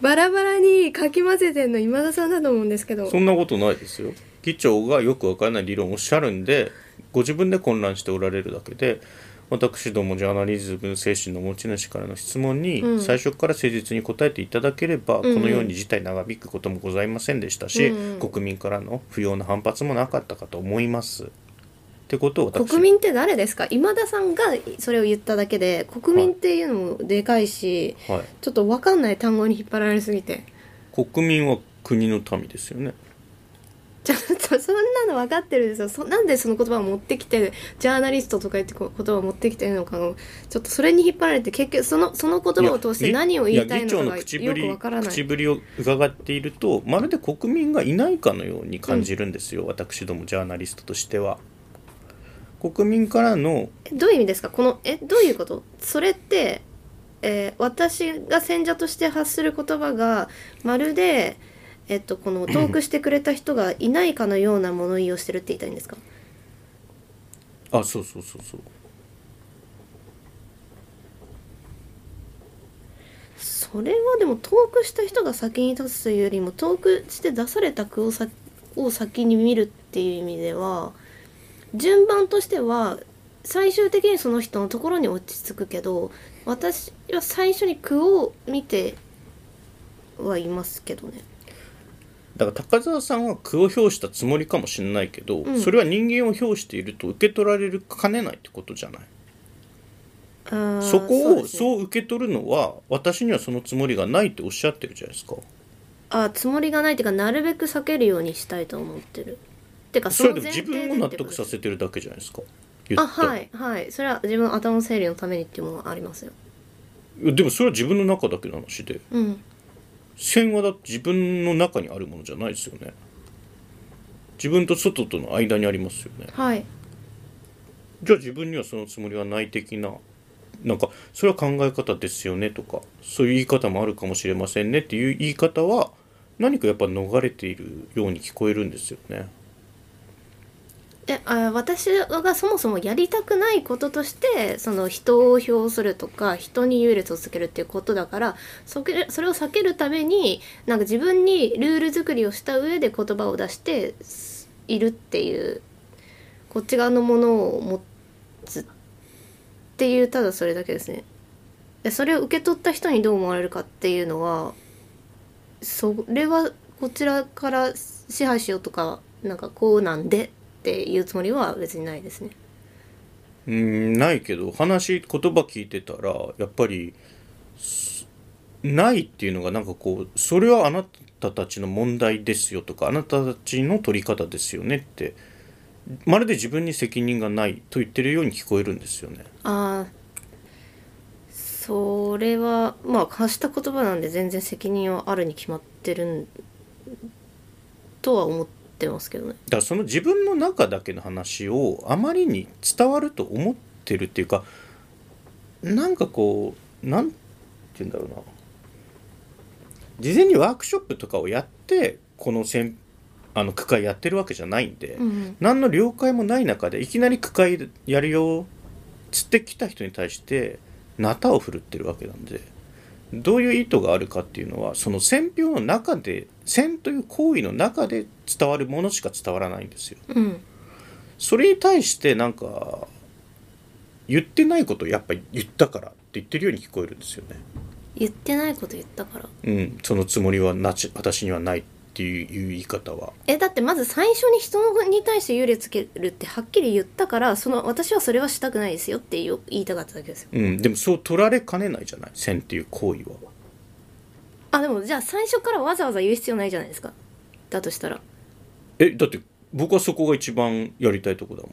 Speaker 2: バラバラにかき混ぜてんの今田さんだと思うんですけど
Speaker 1: そんなことないですよ議長がよくわからない理論をおっしゃるんでご自分で混乱しておられるだけで私どもジャーナリズム精神の持ち主からの質問に
Speaker 2: うん
Speaker 1: 最初から誠実に答えていただければ、
Speaker 2: んうん
Speaker 1: このように事態長引くこともございませんでしたし、
Speaker 2: うんうん
Speaker 1: 国民からの不要な反発もなかったかと思います。ってことを私
Speaker 2: 国民って誰ですか今田さんがそれを言っただけで国民っていうのもでかいし、
Speaker 1: は
Speaker 2: ちょっと分かんない単語に引っ張られすぎて
Speaker 1: い、国民は国の民ですよね。
Speaker 2: ちょっとそんなの分かってるんですよそなんでその言葉を持ってきてジャーナリストとか言ってこ言葉を持ってきてるのかのちょっとそれに引っ張られて結局そのその言葉を通して何を言いたいのか
Speaker 1: や
Speaker 2: が
Speaker 1: 議長
Speaker 2: よく分からない
Speaker 1: 口ぶりを伺っているとまるで国民がいないかのように感じるんですよ、私どもジャーナリストとしては国民からの
Speaker 2: えどういう意味ですかこのえどういうことそれって、えー私が選者として発する言葉がまるで、えっと、このトークしてくれた人がいないかのような物言いをしてるって言いたいんですか
Speaker 1: あそうそうそうそう
Speaker 2: それはでもトークした人が先に立つというよりもトークして出された句をさを先に見るっていう意味では順番としては最終的にその人のところに落ち着くけど私は最初に句を見てはいますけどね。
Speaker 1: だから高澤さんは句を評したつもりかもしれないけど、
Speaker 2: うん
Speaker 1: それは人間を評していると受け取られるかねないってことじゃない
Speaker 2: あー
Speaker 1: そこを
Speaker 2: ですね
Speaker 1: そう受け取るのは私にはそのつもりがないっておっしゃってるじゃないですか
Speaker 2: あーつもりがないっていうかなるべく避けるようにしたいと思ってる。てか
Speaker 1: そ
Speaker 2: の
Speaker 1: れでも
Speaker 2: 前
Speaker 1: 自
Speaker 2: 提
Speaker 1: 分を
Speaker 2: で
Speaker 1: 納
Speaker 2: ってこと
Speaker 1: 得させてるだけじゃないですか
Speaker 2: あ
Speaker 1: 言ったら
Speaker 2: はいはいそれは自分の頭の整理のためにっていうものはありますよ。
Speaker 1: でもそれは自分の中だけの話で
Speaker 2: うん
Speaker 1: 線はだって自分の中にあるものじゃないですよね自分と外との間にありますよね
Speaker 2: はい
Speaker 1: じゃあ自分にはそのつもりはない的ななんかそれは考え方ですよねとかそういう言い方もあるかもしれませんねっていう言い方は何かやっぱ逃れているように聞こえるんですよね
Speaker 2: えあ私がそもそもやりたくないこととしてその人を評するとか人に優劣をつけるっていうことだからそけそれを避けるためになんか自分にルール作りをした上で言葉を出してすいるっていうこっち側のものを持つっていうただそれだけですね。でそれを受け取った人にどう思われるかっていうのはそれはこちらから支配しようとかなんかこうなんでっていうつもりは別にないですね。
Speaker 1: うーんないけど話言葉聞いてたらやっぱりすないっていうのがなんかこうそれはあなたたちの問題ですよとかあなたたちの取り方ですよねってまるで自分に責任がないと言ってるように聞こえるんですよね。
Speaker 2: ああそれはまあ発した言葉なんで全然責任はあるに決まってるんとは思ってますけどね。
Speaker 1: だからその自分の中だけの話をあまりに伝わると思ってるっていうかなんかこうなんて言うんだろうな事前にワークショップとかをやってこのせんあの区会やってるわけじゃないんで、
Speaker 2: うん
Speaker 1: 何の了解もない中でいきなり区会やるよっつって来た人に対してなたを振るってるわけなんでどういう意図があるかっていうのはその戦票の中で戦という行為の中で伝わるものしか伝わらないんですよ。
Speaker 2: うん
Speaker 1: それに対してなんか言ってないことをやっぱり言ったからって言ってるように聞こえるんですよね。
Speaker 2: 言ってないこと言ったから
Speaker 1: うん、そのつもりはなち私にはないっていう言い方は。
Speaker 2: えだってまず最初に人に対して優劣つけるってはっきり言ったからその私はそれはしたくないですよって言う言いたかっただけですよ
Speaker 1: うん、でもそう取られかねないじゃない戦っていう行為は。
Speaker 2: あでもじゃあ最初からわざわざ言う必要ないじゃないですかだとしたら
Speaker 1: えだって僕はそこが一番やりたいとこだもん。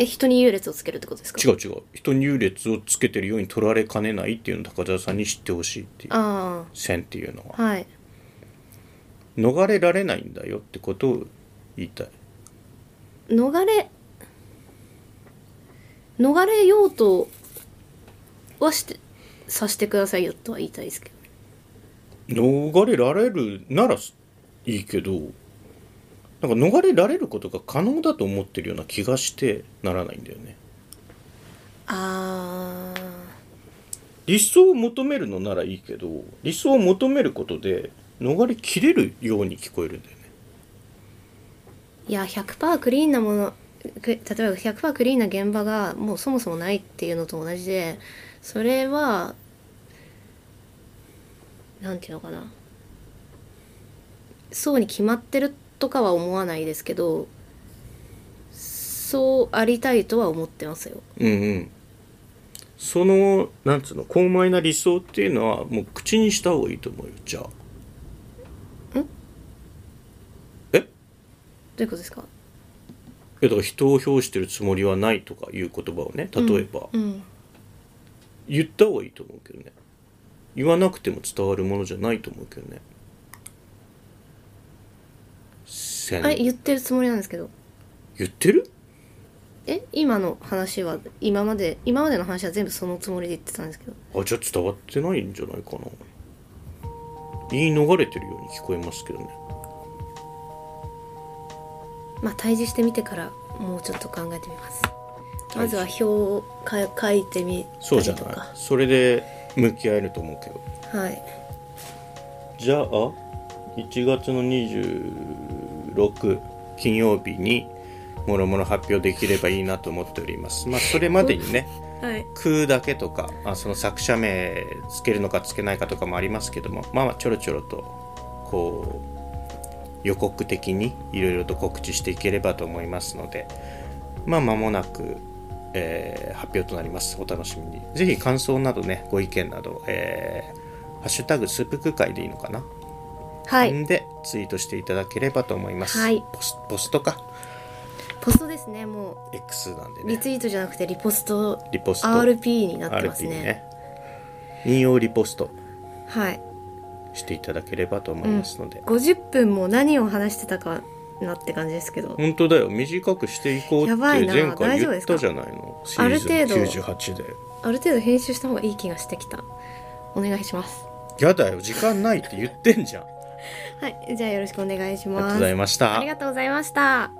Speaker 2: え人に優劣をつけるってことですか
Speaker 1: 違う違う人に優劣をつけてるように取られかねないっていうのを高田さんに知ってほしいっていう
Speaker 2: あ
Speaker 1: 線っていうのは
Speaker 2: あはい
Speaker 1: 逃れられないんだよってことを言いたい
Speaker 2: 逃れ逃れようとはしてさしてくださいよとは言いたいですけど
Speaker 1: 逃れられるならいいけどなんか逃れられることが可能だと思ってるような気がしてならないんだよね
Speaker 2: ああ
Speaker 1: 理想を求めるのならいいけど理想を求めることで逃れきれるように聞こえるんだよね
Speaker 2: いや100%クリーンなものく例えば100%クリーンな現場がもうそもそもないっていうのと同じでそれはなんていうのかなそうに決まってるとかは思わないですけどそうありたいとは思ってますよ。
Speaker 1: うんうんそのなんつうの高邁な理想っていうのはもう口にした方がいいと思うよじゃあ
Speaker 2: どういうことですか
Speaker 1: いやだから人を評してるつもりはないとかいう言葉をね例えば、
Speaker 2: うん
Speaker 1: 言った方がいいと思うけどね言わなくても伝わるものじゃないと思うけどねせん
Speaker 2: あれ言ってるつもりなんですけど
Speaker 1: 言ってる
Speaker 2: え今の話は今まで今までの話は全部そのつもりで言ってたんですけど
Speaker 1: あじゃあ伝わってないんじゃないかな言い逃れてるように聞こえますけどね
Speaker 2: まあ退治してみてからもうちょっと考えてみます
Speaker 1: 治
Speaker 2: まずは表をか書いてみた
Speaker 1: そう
Speaker 2: り
Speaker 1: じゃ
Speaker 2: と
Speaker 1: ない
Speaker 2: か
Speaker 1: それで向き合えると思うけど
Speaker 2: はい
Speaker 1: じゃあ1月の26金曜日にもろもろ発表できればいいなと思っております。まあそれまでにね
Speaker 2: はい
Speaker 1: 「空」だけとか、あ、その作者名つけるのかつけないかとかもありますけどもまあまあちょろちょろとこう予告的にいろいろと告知していければと思いますのでまあ間もなく、えー発表となりますお楽しみにぜひ感想などねご意見など、えーハッシュタグスープ空会でいいのかな
Speaker 2: はい
Speaker 1: でツイートしていただければと思います、
Speaker 2: はい
Speaker 1: ポスポストか
Speaker 2: ポストですねも
Speaker 1: X なんで
Speaker 2: うリ
Speaker 1: ね
Speaker 2: ツイートじゃなくてリポスト
Speaker 1: リポスト
Speaker 2: RP になってます
Speaker 1: RP
Speaker 2: ね
Speaker 1: 引用リポスト
Speaker 2: はい
Speaker 1: していただければと思いますので、
Speaker 2: 50分も何を話してたかなって感じですけど
Speaker 1: 本当だよ短くしていこうって
Speaker 2: やばいな
Speaker 1: 前回
Speaker 2: 大丈
Speaker 1: 言
Speaker 2: 夫
Speaker 1: っ
Speaker 2: ですか
Speaker 1: たじゃないのシ
Speaker 2: あ
Speaker 1: ー
Speaker 2: る
Speaker 1: ズン
Speaker 2: 程度
Speaker 1: 98で
Speaker 2: ある程度編集した方がいい気がしてきたお願いします
Speaker 1: やだよ時間ないって言ってんじゃんあ
Speaker 2: はいじゃあよろしくお願いし
Speaker 1: りがとう
Speaker 2: ま
Speaker 1: ござい
Speaker 2: す
Speaker 1: ました
Speaker 2: ありがとうございました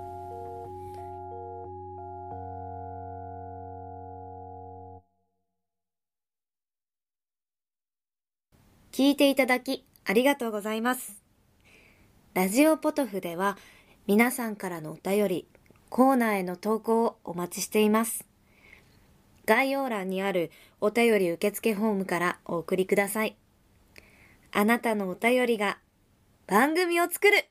Speaker 3: 聞いていただきありがとうございます。ラジオポトフでは皆さんからのお便り、コーナーへの投稿をお待ちしています。概要欄にあるお便り受付フォームからお送りください。あなたのお便りが番組を作る